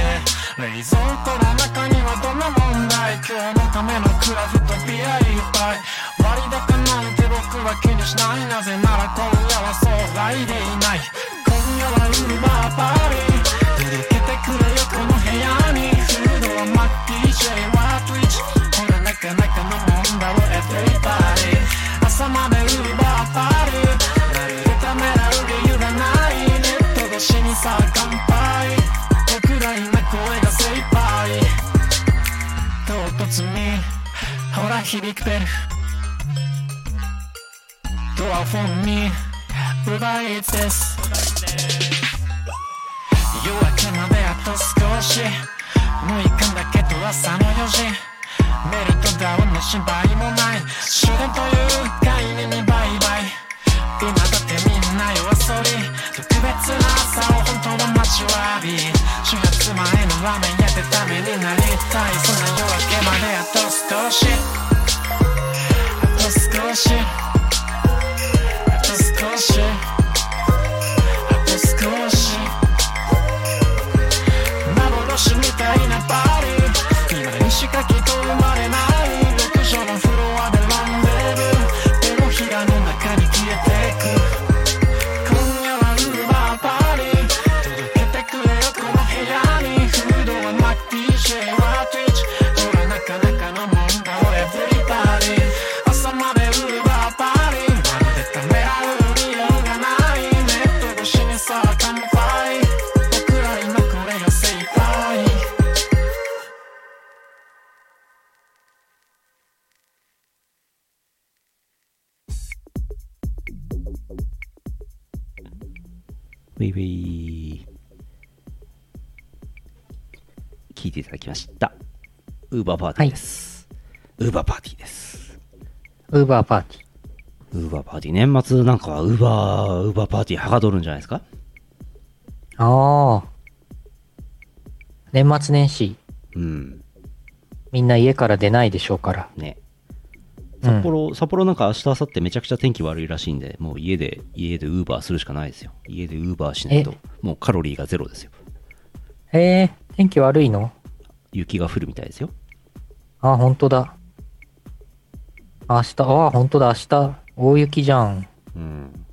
冷蔵庫の中にはどんな問題今日のためのクラフトビアいっぱい割高なんて僕は気にしないなぜなら今夜はそう来でいない今夜はウーバーパーリー届けてくれよこの部屋にフードはマッキー J は Twitch ほらなかなかのもんだろ Everybody 朝までウーバーパーリーなるべくためらう理由がないネット越しにさあ乾杯僕ら今声が精一杯唐突にほら響くベルドアフォンに奪いです夜明けまであと少し6日だけど朝の4時メルトダウンの芝居もない終電という概念にバイバイ今だってみんな夜遊び特別な朝を本当は待ちわび始発前のラーメン屋でダメになりたいそんな夜明けまであと少しあと少しあと少しあと少し幻みたいなパーリー今にしかきっと生まれない六畳のフロアでランデブー手のひらの中に消えてく今夜はウーバーパーリー届けてくれよこの部屋にフードはマッキーシェイは Twitch ほらなかなかのもんだろ Everybody 朝までウーバーパーリーまるでためらう理由がないネット越しにさあ乾杯僕ら今これが精一杯ウェイウェイ。聞いていただきました。ウーバーパーティーです。ウーバーパーティーです。う。ウーバーパーティー。ウーバーパーティー。年末なんかはウーバー、ウーバーパーティーはかどるんじゃないですかああ。年末年始、うん。みんな家から出ないでしょうから。ね。うん札幌、札幌なんか明日、明後日めちゃくちゃ天気悪いらしいんで、もう家で、家でウーバーするしかないですよ。家でウーバーしないとえ、もうカロリーがゼロですよ。ええー、天気悪いの雪が降るみたいですよ。あ、本当だ。明日、あ、本当だ、明日、大雪じゃん。うん。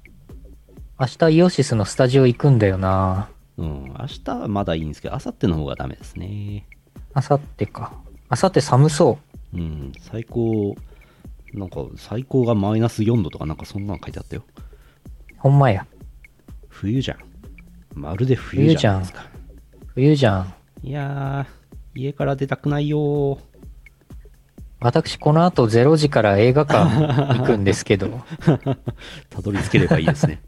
明日、イオシスのスタジオ行くんだよな。うん。明日はまだいいんですけど、明後日の方がダメですね。明後日か。明後日寒そうん。最高、なんか最高がマイナス4度とかなんかそんなの書いてあったよ。う。ほんまや。冬じゃん。まるで冬じゃないですか。冬じゃん。いやー、家から出たくない よー。私、この後0時から映画 館行くんですけど、たどり着ければいいですね。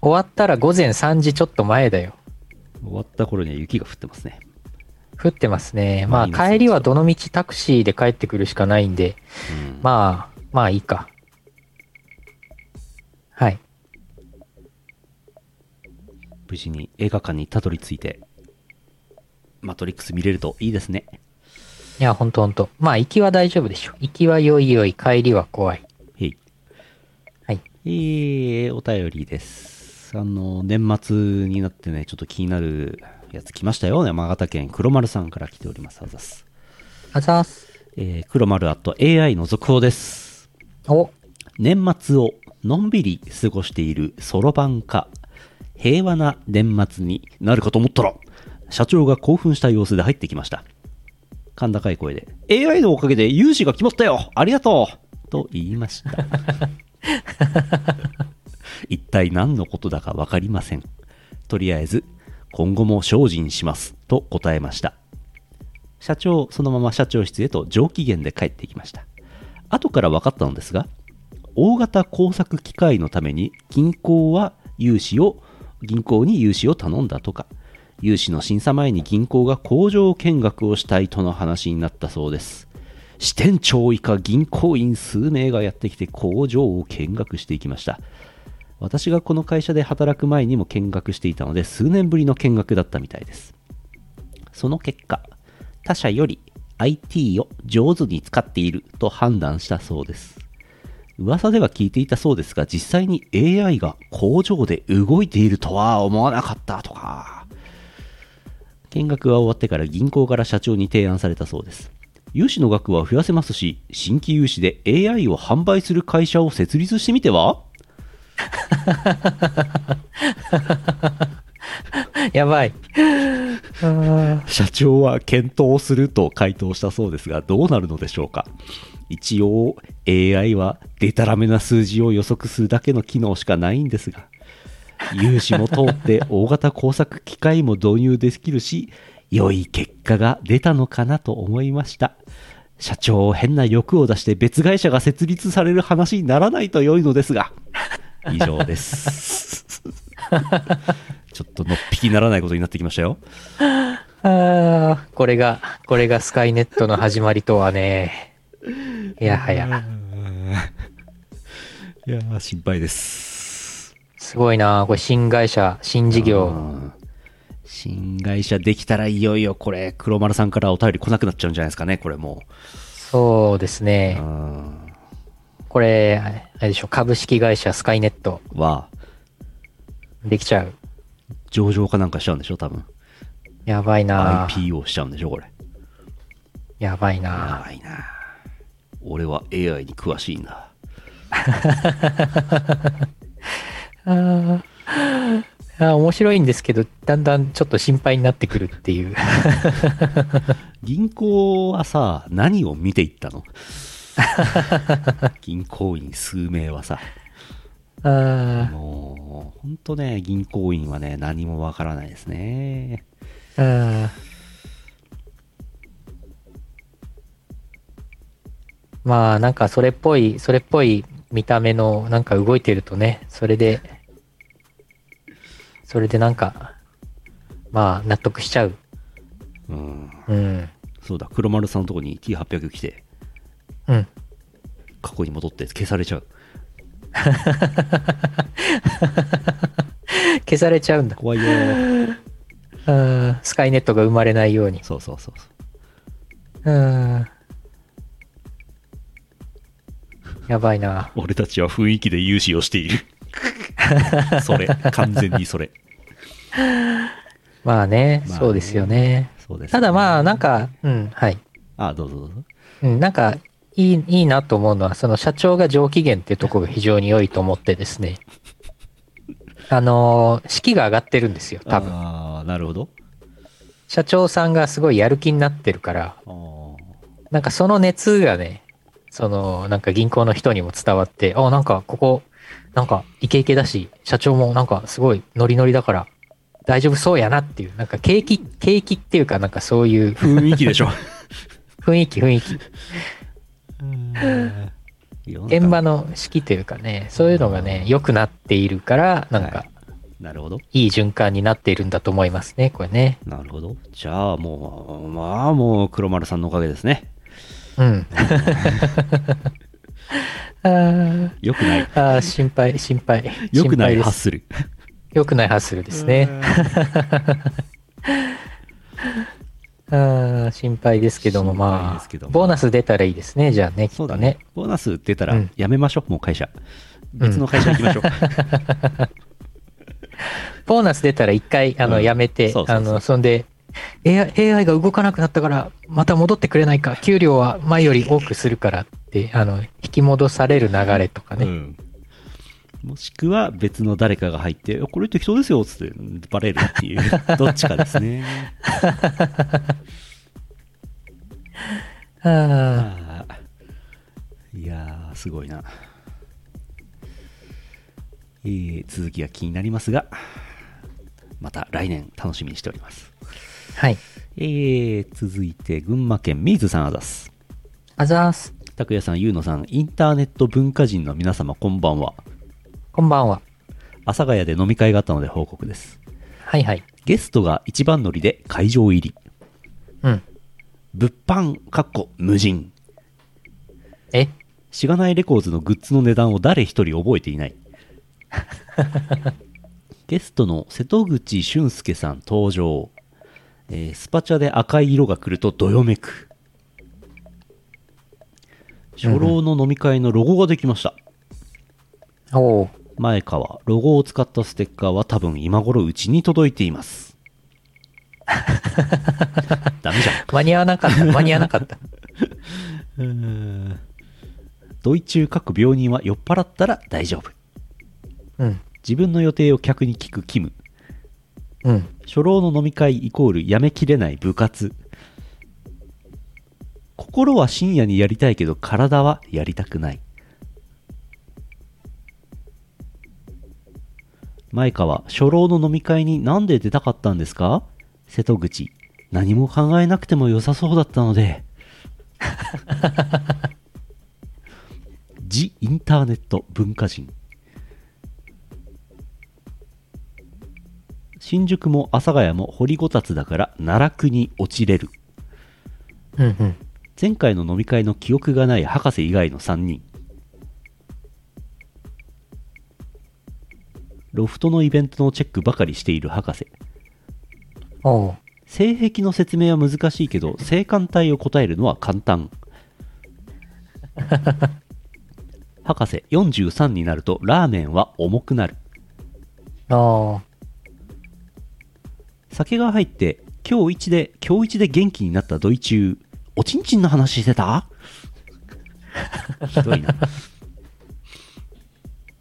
終わったら午前3時ちょっと前だよ。終わった頃には雪が降ってますね。降ってますね。ままああ、いいですね帰りはどのみちタクシーで帰ってくるしかないんで、うんまあ、まあいいか。はい。無事に映画館にたどり着いて、マトリックス見れるといいですね。いや、ほんとほんと。まあ、行きは大丈夫でしょ。行きはよいよい、帰りは怖い。へい。はい。えー、お便りです。あの、年末になってね、ちょっと気になるやつ来ましたよ。山形県黒丸さんから来ております。あざっす。あざーす。えー、黒丸アット AI の続報です。お、年末をのんびり過ごしているそろばんか平和な年末になるかと思ったら社長が興奮した様子で入ってきました甲高い声で AI のおかげで融資が決まったよありがとうと言いました 一体何のことだか分かりませんとりあえず、今後も精進します、と答えました。社長、そのまま社長室へと上機嫌で帰っていきました。後から分かったのですが、大型工作機械のために銀行は融資を、銀行に融資を頼んだとか、融資の審査前に銀行が工場見学をしたいとの話になったそうです。支店長以下銀行員数名がやってきて工場を見学していきました。私がこの会社で働く前にも見学していたので数年ぶりの見学だったみたいですその結果他社より IT を上手に使っていると判断したそうです噂では聞いていたそうですが実際に AI が工場で動いているとは思わなかったとか見学が終わってから銀行から社長に提案されたそうです融資の額は増やせますし新規融資で AI を販売する会社を設立してみてはやばい。社長は検討すると回答したそうですがどうなるのでしょうか一応 AI はデタラメな数字を予測するだけの機能しかないんですが融資も通って大型工作機械も導入できるし良い結果が出たのかなと思いました社長変な欲を出して別会社が設立される話にならないと良いのですが以上ですちょっとのっぴきならないことになってきましたよあーこれが、これがスカイネットの始まりとはね。いやはや。 いやー心配です。すごいなこれ新会社、新事業。うん新会社できたらいよいよこれ、黒丸さんからお便り来なくなっちゃうんじゃないですかね、これもそうですう。うね。んこれ、あれでしょ、株式会社スカイネット。は、できちゃう。上場かなんかしちゃうんでしょ、多分。やばいな IPO しちゃうんでしょ、これ。やばいなやばいな。俺は AI に詳しいんだ。あー面白いんですけど、だんだんちょっと心配になってくるっていう。銀行はさ、何を見ていった の銀行員数名はさ、あもう、ほんとね、銀行員はね、何もわからないですね。ーあーまあ、なんかそれっぽい、それっぽい見た目の、なんか動いてるとね、それで、それでなんか、まあ、納得しちゃう。うん。うん。そうだ、黒丸さんのとこに T800 来て、うん。過去に戻って消されちゃう。消されちゃうんだ。怖いよーあースカイネットが生まれないように。そうそうそうそう。うん。やばいな。俺たちは雰囲気で融資をしてい る。それ、完全にそれ。まあね、まあねそうですよね。そうです、ただまあ、なん、か、うん、はい。あ、どうぞどうぞ。うん、なんか、いい、いいなと思うのは、その社長が上機嫌っていうところが非常に良いと思ってですね。あのー、士気が上がってるんですよ、多分。ああ、なるほど。社長さんがすごいやる気になってるから、あなんかその熱がね、その、なんか銀行の人にも伝わって、あ、なんかここ、なんかイケイケだし、社長もなんかすごいノリノリだから、大丈夫そうやなっていう、なんか景気、景気っていうかなんかそういうー雰囲気でしょ。雰囲気雰囲気、 現場の。の式というかね、そういうのがね、良くなっているから、なんはかなるほど。いい循環になっているんだと思いますね、これね。なるほど。じゃあもう、まあもう黒丸さんのおかげですね。 うん。あーよくない。あー、心配、心配。よく心な配いで発す。する。良くないハッスルですね。 ああ、心配ですけども、心配まですけどあ、もボーナス出たらいいですね、じゃあね、きっそうとだねね。。ボーナス出たうらんやめましょう、もう会社。別の会社行きましょう。 ボーナス出たら一回、あうの、んやめてそう、そうそうあの、そんで、AI, AI が動かなくなったから、また戻ってくれないか、給料は前より多くするからって、あの、引き戻される流れとかうね。んもしくは別の誰かが入って、これ適当ですよっつってバレるっ ていう、どっちかですね。ああ、ああいやー、すごいな。えー続きが気になりますが、また来年楽しみにしております。はい。えー、続いて、群馬県水さんあざす。あざーす。拓也さん、ゆうのさん、インターネット文化人の皆様、こんばんは。こんばんは。阿佐ヶ谷で飲み会があったので報告です。はいはい。ゲストが一番乗りで会場入り。うん。物販、かっこ、無人。えしがないレコーズのグッズの値段を誰一人覚えてい ない。ゲストの瀬戸口俊介さん登場。えースパチャで赤い色が来るとどよめく。初老の飲み会のロゴができました。おー前川、ロゴを使ったステッカーは多分今頃うちに届いてい ます。ダメじゃん。間に合わな かった。間に合わなかった。うーんドイ中各病人は酔っ払ったら大丈夫。うん。自分の予定を客に聞くキム。うん。初老の飲み会イコールやめきれない部活。心は深夜にやりたいけど体はやりたくない。前川、初老の飲み会になんで出たかったんですか瀬戸口、何も考えなくても良さそうだったので。 ジ・インターネット文化人。新宿も阿佐ヶ谷も掘りごたつだから奈落に落ちれるうんうん。前回の飲み会の記憶がない博士以外の3人ロフトのイベントのチェックばかりしている博士おー性癖の説明は難しいけど性感帯を答えるのは簡単博士43になるとラーメンは重くなるあ酒が入って今日一で今日一で元気になったドイ中おちんちんの話してたひどいな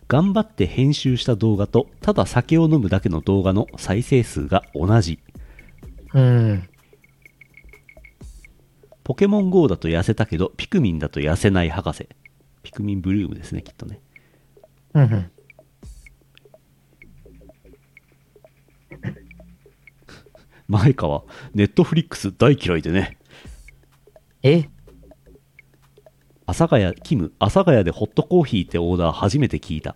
頑張って編集した動画とただ酒を飲むだけの動画の再生数が同じあ。うん。ポケモン GO だと痩せたけどピクミンだと痩せない博士ピクミンブルームですねきっとねうんうん。前川ネットフリックス大嫌いでねえ阿佐ヶ谷キム阿佐ヶ谷でホットコーヒーってオーダー初めて聞いた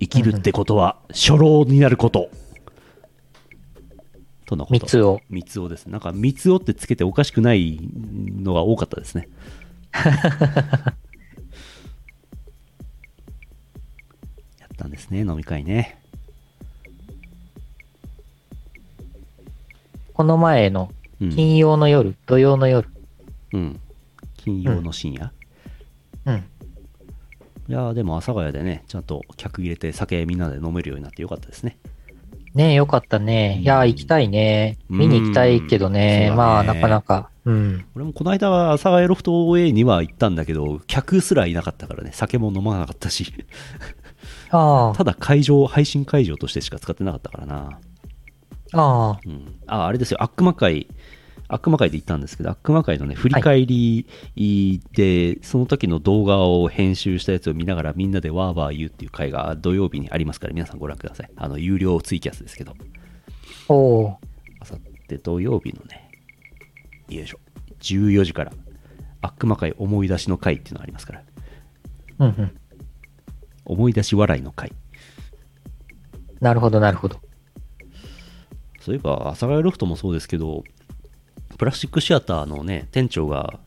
生きるってことは初老になることとのこと三つを。三つおですなんか三つおってつけておかしくないのが多かったで すねやったんですね飲み会ねこの前のうん、金曜の夜、土曜の夜。うん、金曜の深夜、うん。いやーでも阿佐ヶ谷でねちゃんと客入れて酒みんなで飲めるようになってよかったですねねえ、よかったね。いやー、行きたいね。見に行きたいけどね。うんまあ、そうだなねかなか。うん。俺もこの間は阿佐ヶ谷ロフト OA には行ったんだけど客すらいなかったからね酒も飲まなかったしあただ会場配信会場としてしか使ってなかったからな、あ、ああ、うん、ああれですよ悪魔会悪魔会で行ったんですけど悪魔会のね振り返りで、その時の動画を編集したやつを見ながらみんなでワーワー言うっていう会が土曜日にありますから皆さんご覧くださいあの有料ツイキャスですけどおおあさって土曜日のね、よいしょ、14時から、悪魔界思い出しの会っていうのがありますから、ー。うんうん。思い出し笑いの会。なるほど、なるほど。そういえば、阿佐ヶ谷ロフトもそうですけど、プラスチックシアターのね、店長が、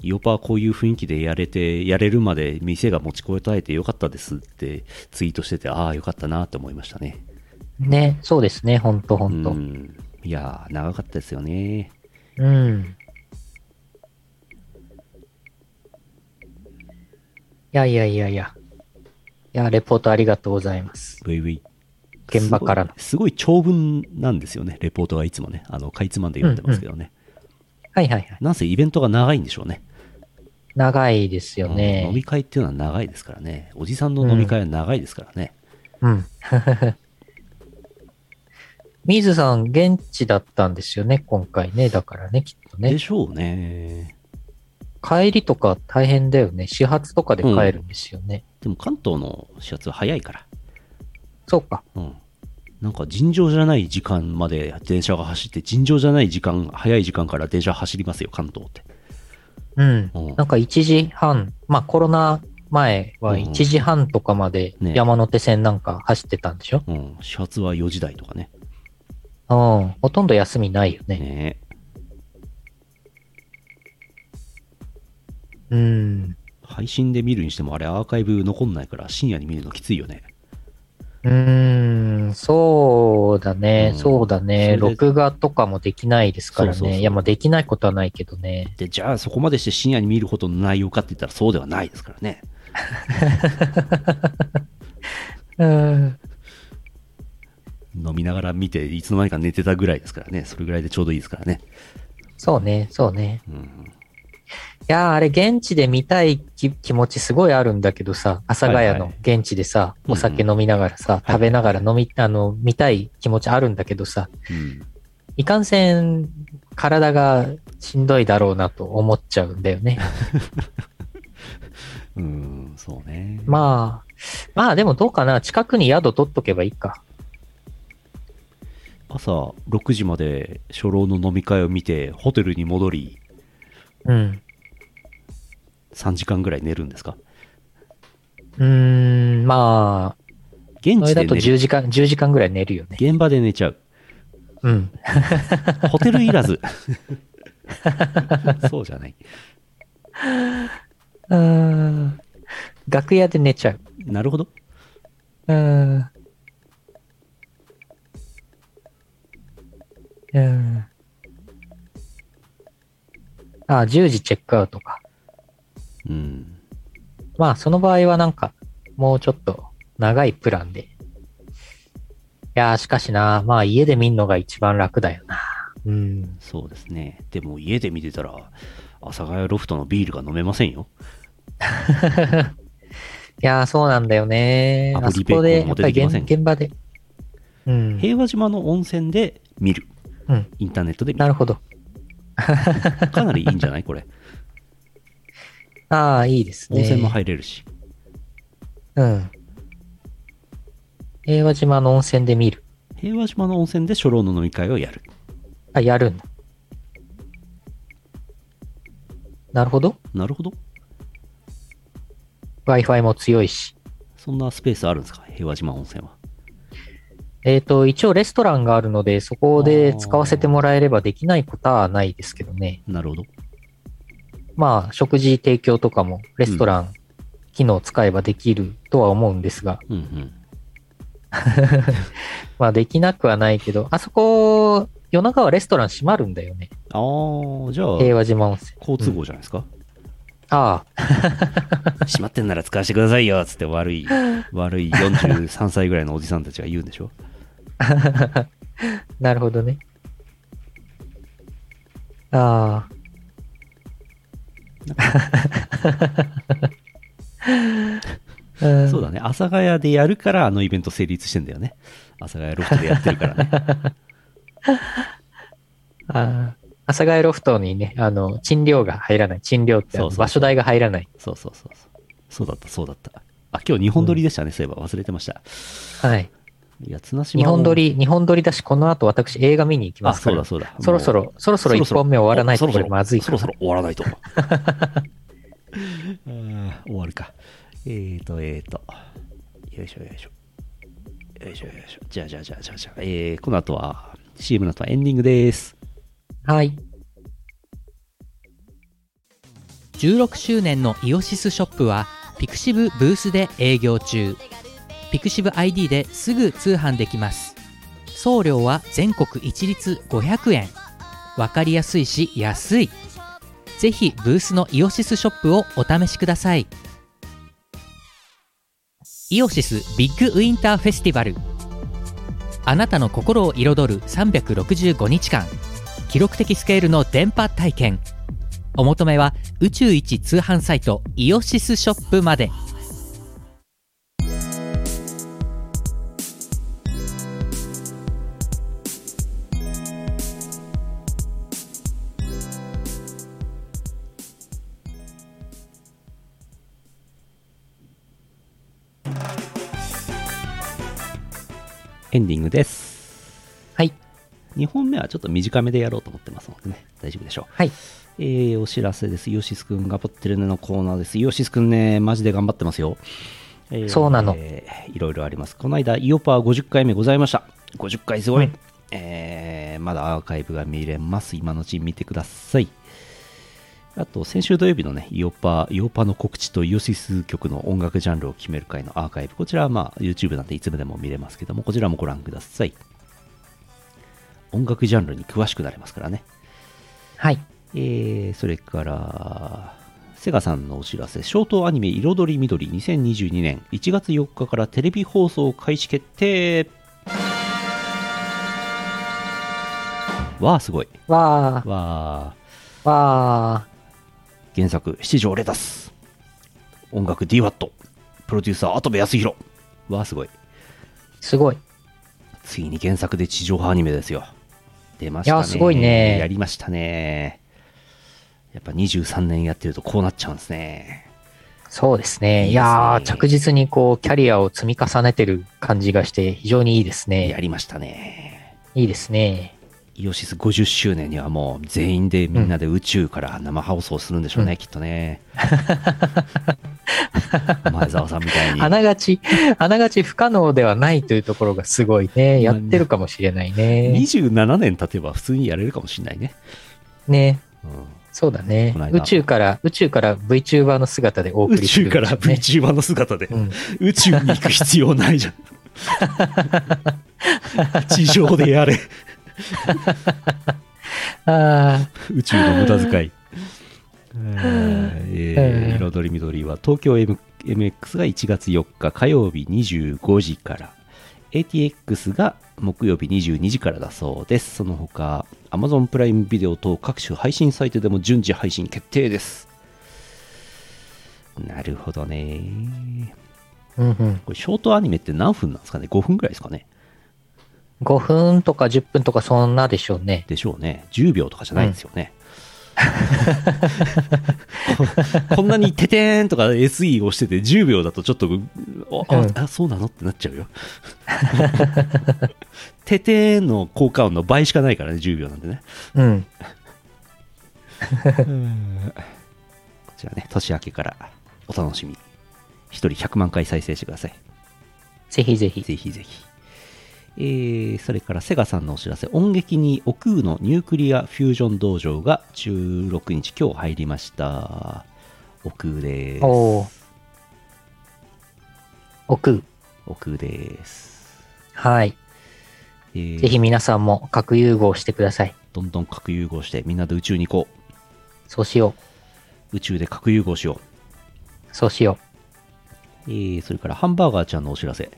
イオパーこういう雰囲気でやれて、やれるまで店が持ちこたえてよかったですってツイートしてて、ああ、よかったなって思いましたね。ね、そうですね。ほんと、ほうんと。ん。いやー、長かったですよね。うん。いやいやいやいや。いや、レポートありがとうございます。ブイブイ。現場からの。すごいすごい長文なんですよね、レポートはいつもね。あの、かいつまんで読んでますけどね。はいはいはい。なんせイベントが長いんでしょうね。長いですようん飲みね。会っていうのは長いですからね。おじさんの飲み会は長いですからね。 うん。水さん、現地だったんですよね、今回ね。だからね、きっとねで。しょうね。帰りとか大変だよね。始発とかで帰るんですよね。でも関東の始発は早いから。そうか。うん。なんか尋常じゃない時間まで電車が走って、尋常じゃない時間、早い時間から電車走りますよ、関東って。うんうん。なんか1時半、まあコロナ前は1時半とかまでね山手線なんか走ってたんでしょ、うん、始発は4時台とかね。うん。ほとんど休みないよね。ねうん。配信で見るにしても、あれアーカイブ残んないから、深夜に見るのきついよね。うーん、そうだね、うんそうだね。それで録画とかもできないですからね。そうそうそういや、まあできないことはないけどね。で、じゃあそこまでして深夜に見るほどの内容かって言ったらそうではないですからね。うん。飲みながら見て、いつの間にか寝てたぐらいですからね。それぐらいでちょうどいいですからね。そうね、そうね。ういん。やー、あれ、現地で見たい気気持ちすごいあるんだけどさ、阿佐ヶは谷いはいの現地でさ、うんお酒飲みながらさ、い食べながら飲み、あの、見たい気持ちあるんだけどさ、うん。いかんせん、体がしんどいだろうなと思っちゃうんだよ ね。うん、そうね。まあ、まあでもどうかな、近くに宿取っとけばいいか。朝6時まで初老の飲み会を見て、ホテルに戻り、うん。 3時間ぐらい寝るんですかうーん、まあ、現そ地れだでと寝る。 10時間、10時間ぐらい寝るよね。現場で寝ちゃう。うん。ホテルいらず。 そうじゃない。うーん。楽屋で寝ちゃう。なるほど。うーん。うーん。あ、10時チェックアウトか。うん。まあ、その場合はなんか、もうちょっと長いプランで。いやー、しかしな、まあ家で見んのが一番楽だよな。うん。そうですね。でも家で見てたら、阿佐ヶ谷ロフトのビールが飲めませんよ。いやー、そうなんだよね。あ炙そりベーコこで、ンやもっ出ぱてきりません現現場で。うん。平和島の温泉で見る。うんインターネットで見なる。るほど。かなりいいんじゃない これ。ああ、いいですね。温泉も入れるし。うん。平和島の温泉で見る。平和島の温泉で初老の飲み会をやる。あ、やるんだ。なるほど。なるほど。 Wi-Fi も強いし。そんなスペースあるんですか平和島温泉は。えっ、と、一応レストランがあるので、そこで使わせてもらえればできないことはないですけどね。なるほど。まあ、食事提供とかもレストラン機能を使えばできるとは思うんですが、うんうん。まあできなくはないけど、あそこ、夜中はレストラン閉まるんだよね。あー、じゃあ、平和島温泉。好都合じゃないですか、ああ、閉まってんなら使わせてくださいよつって悪い、 悪い43歳ぐらいのおじさんたちが言うんでしょなるほどね。ああ。 うんそうだね。阿佐ヶ谷でやるからあのイベント成立してんだよね。阿佐ヶ谷ロフトでやってるから ね。ああ阿佐ヶ谷ロフトにね、あの、賃料が入らない。賃料ってあのそうそうそう場所代が入らない。そうそうそうそう。そうだった、そうだった。あ、今日日本撮りでしたね、そういえば。忘れてました。はい。いや、綱島日も本撮り、日本撮りだし、この後私映画見に行きまあ、すかそうら。だそうだ。そろそもろ、そろそろ1本目終わらないとこれまずいそからろそろ終わ らないと。あー終わるか。えーと、えーと。よいしょよいしょ。よいしょよいしょ。じゃあじゃあじゃあじゃあじゃあ。えー、この後は CM の後はエンディングです。はい。 16周年のイオシスショップはピクシブブースで営業中ピクシブ ID ですぐ通販できます送料は全国一律500円わかりやすいし安いぜひブースのイオシスショップをお試しくださいイオシスビッグウィンターフェスティバルあなたの心を彩る365日間記録的スケールの電波体験お求めは宇宙一通販サイトイオシスショップまでエンディングです。はい。 2本目はちょっと短めでやろうと思ってますのでね、大丈夫でしょう。はい。えー、お知らせです。イオシスくん頑張ってるねのコーナーです。イオシスくんね、マジで頑張ってますよ。えーそうなのえーいろいろあります。この間、イオパー50回目ございました。50回すごい。うんえーまだアーカイブが見れます。今のうちに見てください。あと、先週土曜日のね、イオパー、イオパーの告知とイオシス曲の音楽ジャンルを決める回のアーカイブ。こちらはまあ、YouTube なんていつまでも見れますけども、こちらもご覧ください。音楽ジャンルに詳しくなれますからね。はい。えーそれから、セガさんのお知らせ、ショートアニメ彩り緑2022年1月4日からテレビ放送開始決定わあ、すごい。わわあ、ー、わ原作、七条レタス。音楽 DWAT。プロデューサー、跡部康弘。わあ、すごい。ー、すごい。ついに原作で地上波アニメですよ。出ましたね。いやーすごいねやりましたね。やっぱ23年やってるとこうなっちゃうんですね。そうですね。いいいですねやー、着実にこう、キャリアを積み重ねてる感じがして、非常にいいですやね。りましたね。いいですね。イオシス50周年にはもう全員でみんなで宇宙から生放送するんでしょうね、きっとね。前澤さんみたいに。あながち、あながち不可能ではないというところがすごいね。やってるかもしれないね。 27年経てば普通にやれるかもしれないね。ね。うそうだねこの。間宇宙から、宇宙から VTuber の姿でおん、送宇りする宙んでしょかうね、ら VTuber の姿でうん。宇宙に行く必要な いじゃん。地上でやれ。あ宇宙の無駄遣い。えー彩り緑は東京 M MX が1月4日火曜日25時から ATX が木曜日22時からだそうですその他 Amazon プライムビデオ等各種配信サイトでも順次配信決定ですなるほどねーうんうん。これショートアニメって何分なんですかね5分ぐらいですかね5分とか10分とかそんなでしょうね。でしょうね10秒とかじゃないんですよね、ここんなにテテーンとか SE をしてて10秒だとちょっとおあ,、うんあそうなのってなっちゃうよテテーンの効果音の倍しかないからね10秒なんでねうん。こちらね年明けからお楽しみ1人100万回再生してくださいぜひぜひ。ぜひぜひ。えーそれからセガさんのお知らせ、音劇にお空のニュークリアフュージョン道場が16日、今日入りました。お空です。おー。奥。お空です。はい。えーぜひ皆さんも核融合してください。どんどん核融合して、みんなで宇宙に行こそうしよう。宇宙で核融合しよう。う。そうしよえーそれからハンバーガーちゃんのお知らせ。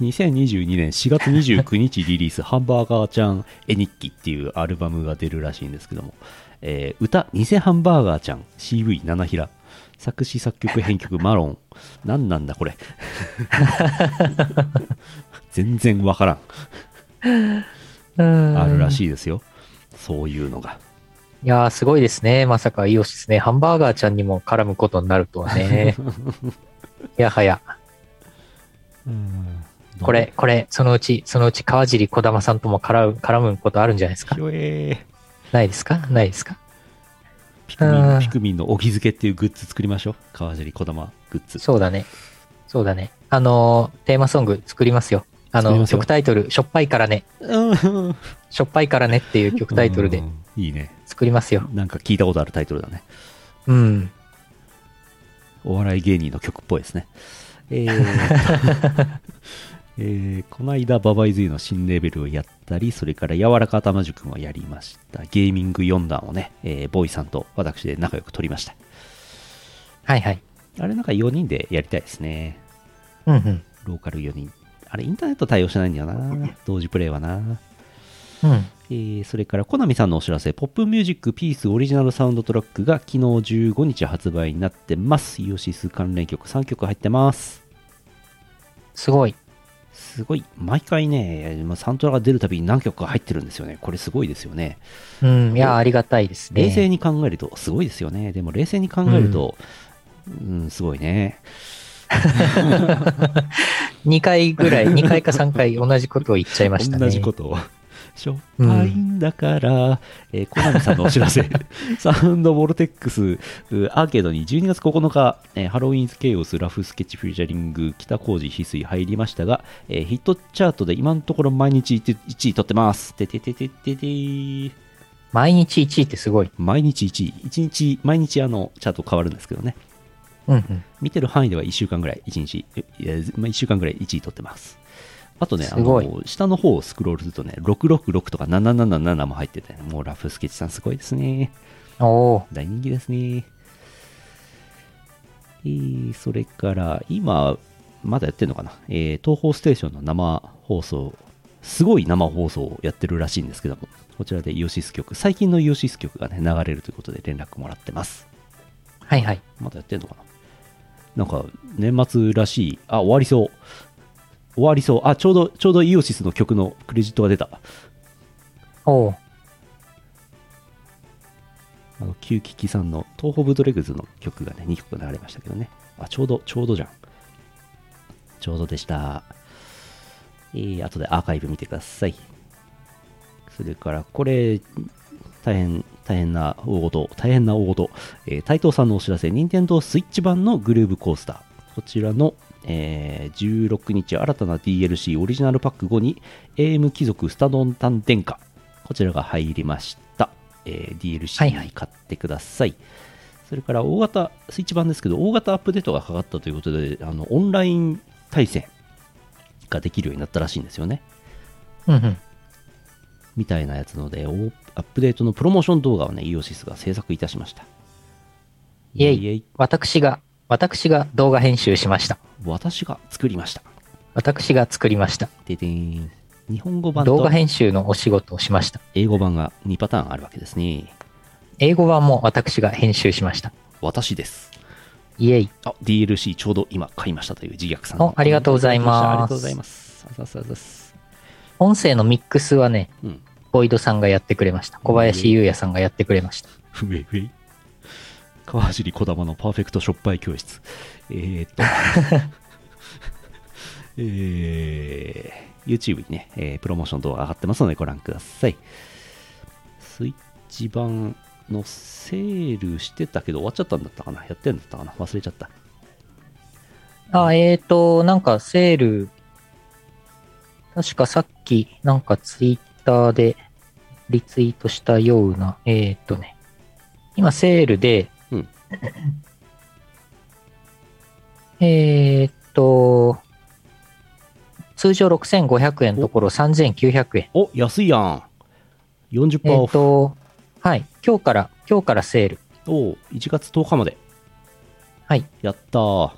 2022年4月29日リリース、ハンバーガーちゃん絵日記っていうアルバムが出るらしいんですけども、えー歌、偽ハンバーガーちゃん、CV 七平、作詞作曲編曲マロン、何なんだこれ。 全然わからう。うんん。あるらい。しいですよ。そういうのが。いやー、すごいですね。まさかイオシスね。ハンバーガーちゃんにも絡むことになるとは ね。いやはや。これ、これ、そのうち、そのうち川尻小玉さんとも絡む、絡むことあるんじゃないですかひょえーないですかないですかピクミうン、んピクミンのお気づけっていうグッズ作りましょう。川尻小玉グッズ。そうだね。そうだね。あのー、テーマソング作りますよ。あ作りの、ますよ曲タイトル、しょっぱいからね。うんしょっぱいからねっていう曲タイトルうでん。いいね。作りますよ。なんか聞いたことあるタイトルだね。うん。お笑い芸人の曲っぽいですね。えーえーこの間、ババイズイの新レベルをやったり、それから柔らか頭塾もやりました。ゲーミング4段をね、えーボーイさんと私で仲良く撮りました。はいはい。あれなんか4人でやりたいですね。うんうん。ローカル4人。あれインターネット対応してないんだよな。同時プレイはな。うん。えーそれから、コナミさんのお知らせ、ポップミュージックピースオリジナルサウンドトラックが昨日15日発売になってます。イオシス関連曲3曲入ってます。すごい。すごい。毎回ね、まあサントラが出るたびに何曲か入ってるんですよね。これすごいですよね。うん。いやー、ありがたいですね。冷静に考えると、すごいですよね。でも冷静に考えると、うん、すごいね。 2回ぐらい、2回か3回同じことを言っちゃいましたね。 同じことを。しょっぱいんだから、えーコナミさんのお知 らせ、サウンドボルテックスうアーケードに12月9日、えーハロウィンスケオスラフスケッチフューチャリング北小路翡翠入りましたが、えーヒットチャートで今のところ毎日1位取ってます。ててててててー毎日1位ってすごい。毎日1位。1日、毎日あの、チャート変わるんですけどね。うんうん。見てる範囲では1週間ぐらい、1日、えいやまあ、1週間ぐらい1位取ってます。あとね、あすごいの下の方をスクロールするとね、666とか777も入ってて、もうラフスケッチさんすごいですね。おお。大人気ですね。えーそれから、今、まだやってるのかな、えー東方ステーションの生放送、すごい生放送をやってるらしいんですけども、こちらでイオシス曲、最近のイオシス曲がね、流れるということで連絡もらってます。はいはい。まだやってんのかななんか、年末らしい。あ、終わりそう。終わりそう。あ、ちょうど、ちょうどイオシスの曲のクレジットが出た。おお。あの、キューキキさんの東方ブドレグズの曲がね、2曲流れましたけどね。あ、ちょうど、ちょうどじゃん。ちょうどでした。えー、後でアーカイブ見てください。それから、これ、大変、大変な大事、大変な大事。えー、台頭さんのお知らせ、任天堂スイッチ版のグルーブコースター。こちらの、えー16日、新たな DLC オリジナルパック5に、AM 貴族スタドンタン殿下。こちらが入りました。えはいーは DLC い買ってください。それから、大型、スイッチ版ですけど、大型アップデートがかかったということで、あの、オンライン対戦ができるようになったらしいんですよね。うんうん。みたいなやつので、おアップデートのプロモーション動画をね、イオシスが制作いたしました。イェイ私が、私が動画編集しました。私が作りました。私が作りました。ででーん。日本語版動と画編集のお仕事をしました。英語版が2パターンあるわけですね。英語版も私が編集しました。私です。イエイ。あ、DLC ちょうど今買いましたという自虐さん。おありがとうございますありがとうございます。あざすあざす。音声のミックスはね、うん。ボイドさんがやってくれました。小林優也さんがやってくれました。ふめふめ。川尻こだまのパーフェクトしょっぱい教室。え ー、っと。えー、YouTube にね、えープロモーション動画上がってますのでご覧ください。スイッチ版のセールしてたけど終わっちゃったんだったかなやってんだったかな忘れちゃった。あ、えーと、なんかセール、確かさっき、なんかツイッターでリツイートしたような、えーとね、今セールで、うん えーと、通常6500円のところ3900円。お安いやん !40% えオーフ。と、はい、今日から、今日からセール。おう1月10日まで。はい。やったー。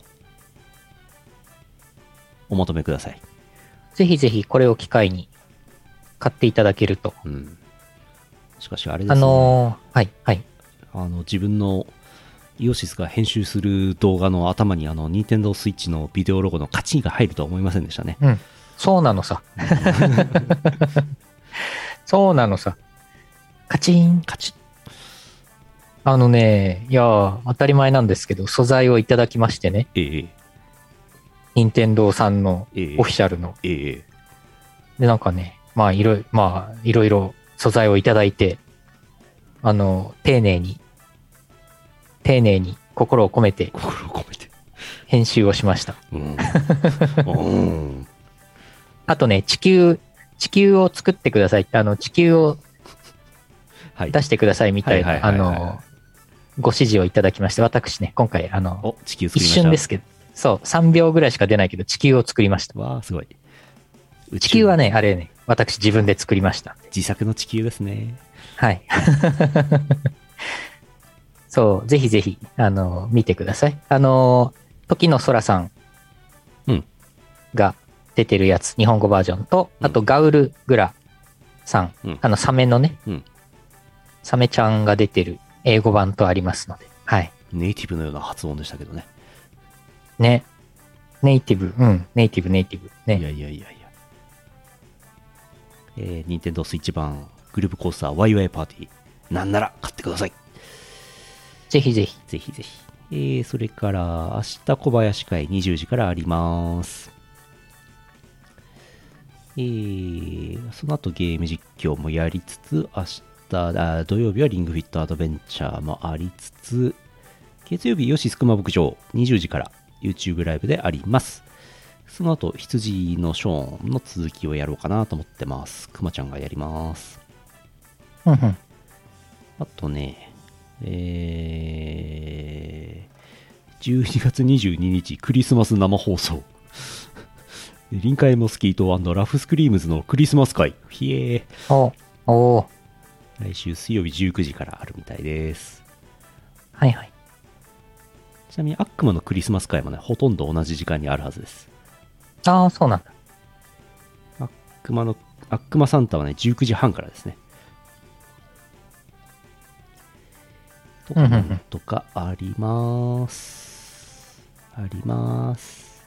お求めください。ぜひぜひこれを機会に買っていただけると。うん。しかし、あれですあね。のーはい、はい。あの自分のイオシスが編集する動画の頭にあの任天堂スイッチのビデオロゴのカチンが入るとは思いませんでしたね。そうなの さ。そうなのさ。カチン。カチあのね、いやー、当たり前なんですけど、素材をいただきましてね、ええ任天堂さんのええオフィシャルの。ええで、なんかね、まあ、いろいろ、まあ、いろいろ素材をいただいて、あの、丁寧に、丁寧に心を込めて心を込めて。編集をしました。 うん。うん。あとね、地球、地球を作ってくださいって、あの、地球をはい。出してくださいみたいはいな、はあいはいはいはいの、ご指示をいただきまして、私ね、今回、あの、お地球作一りました。瞬ですけど、そう、3秒ぐらいしか出ないけど、地球を作りました。わあすごい。地球はね、あれね、私自分で作りました。自作の地球ですね。はい。そう、ぜひぜひ、あの、見てください。あの、時の空さんうんが出てるやつ、日本語バージョンと、うんあとガウル・グラさん、うんあの、サメのね、うんサメちゃんが出てる英語版とありますので、はい。ネイティブのような発音でしたけどね。ね。ネイティブ、うん、ネイティブ、ネイティブ。いやね。いやいやいや。えー、任天堂スイッチ版グループコースターワイワイパーティー。なんなら買ってください。ぜひぜひ。ぜひぜひ。えーそれから、明日小林会20時からあります。えーその後ゲーム実況もやりつつ、明日、あ土曜日はリングフィットアドベンチャーもありつつ、月曜日、ヨシスクマ牧場20時から YouTube ライブであります。その後、羊のショーンの続きをやろうかなと思ってます。クマちゃんがやります。うんうん。あとね、えー、12月22日クリスマス生放送。 臨海モスキートラフスクリームズのクリスマス会。ひえー。おおー来週水曜日19時からあるみたいです。はいはい。ちなみに悪魔のクリスマス会もね、ほとんど同じ時間にあるはずです。ああ、そうなんだ。悪魔の、悪魔サンタはね、19時半からですね。とうんうんうか、んとかあります。あります。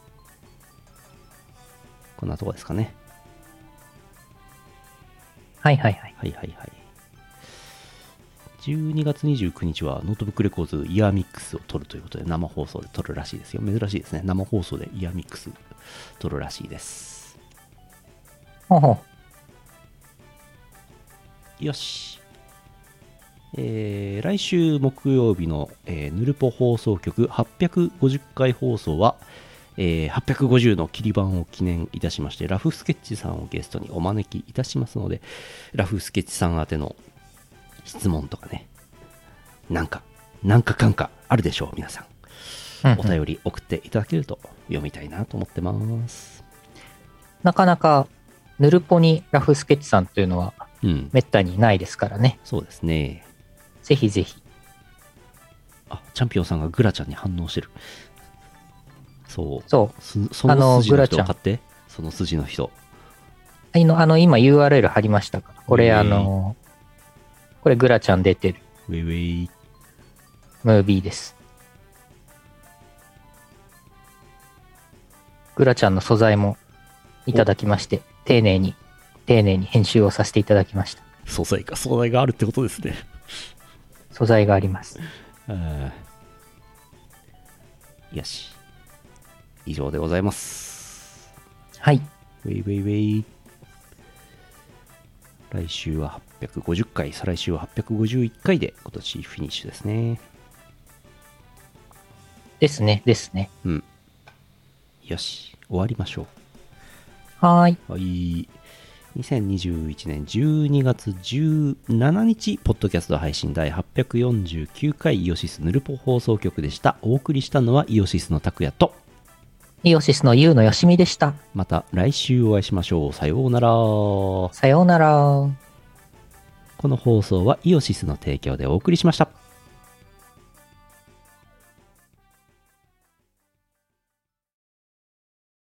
こんなとこですかね。はいはいはい。はいはいはい。12月29日はノートブックレコーズイヤーミックスを撮るということで生放送で撮るらしいですよ。珍しいですね。生放送でイヤーミックス撮るらしいです。ほうほう。よし。えー来週木曜日の、えーヌルポ放送局850回放送は、えー850の切り板を記念いたしまして、ラフスケッチさんをゲストにお招きいたしますので、ラフスケッチさん宛ての質問とかね、なんか、なんかかんかあるでしょう、皆さん。うんうんお便り送っていただけると読みたいなと思ってます。なかなか、ヌルポにラフスケッチさんというのは、うん、めったにないですからね。そうですね。ぜひぜひ。あ、チャンピオンさんがグラちゃんに反応してる。そう。そう。そその筋の人を買って、その筋の人。あの、あの今 URL 貼りましたから。こえれ、ーあの、これグラちゃん出てるウェイウェイ。ムービーです。グラちゃんの素材もいただきまして、丁寧に、丁寧に編集をさせていただきました。素材か、素材があるってことですね。素材があります。よし。以上でございます。はい。ウェイウェイウェイ。来週は850回、再来週は851回で今年フィニッシュですね。ですね、ですね。うん。よし、終わりましょう。はーい。はい。2021年12月17日、ポッドキャスト配信第849回イオシスヌルポ放送局でした。お送りしたのはイオシスの拓也と、イオシスのユウのよしみでした。また来週お会いしましょう。さようなら。こさようなら。の放送はイオシスの提供でお送りしました。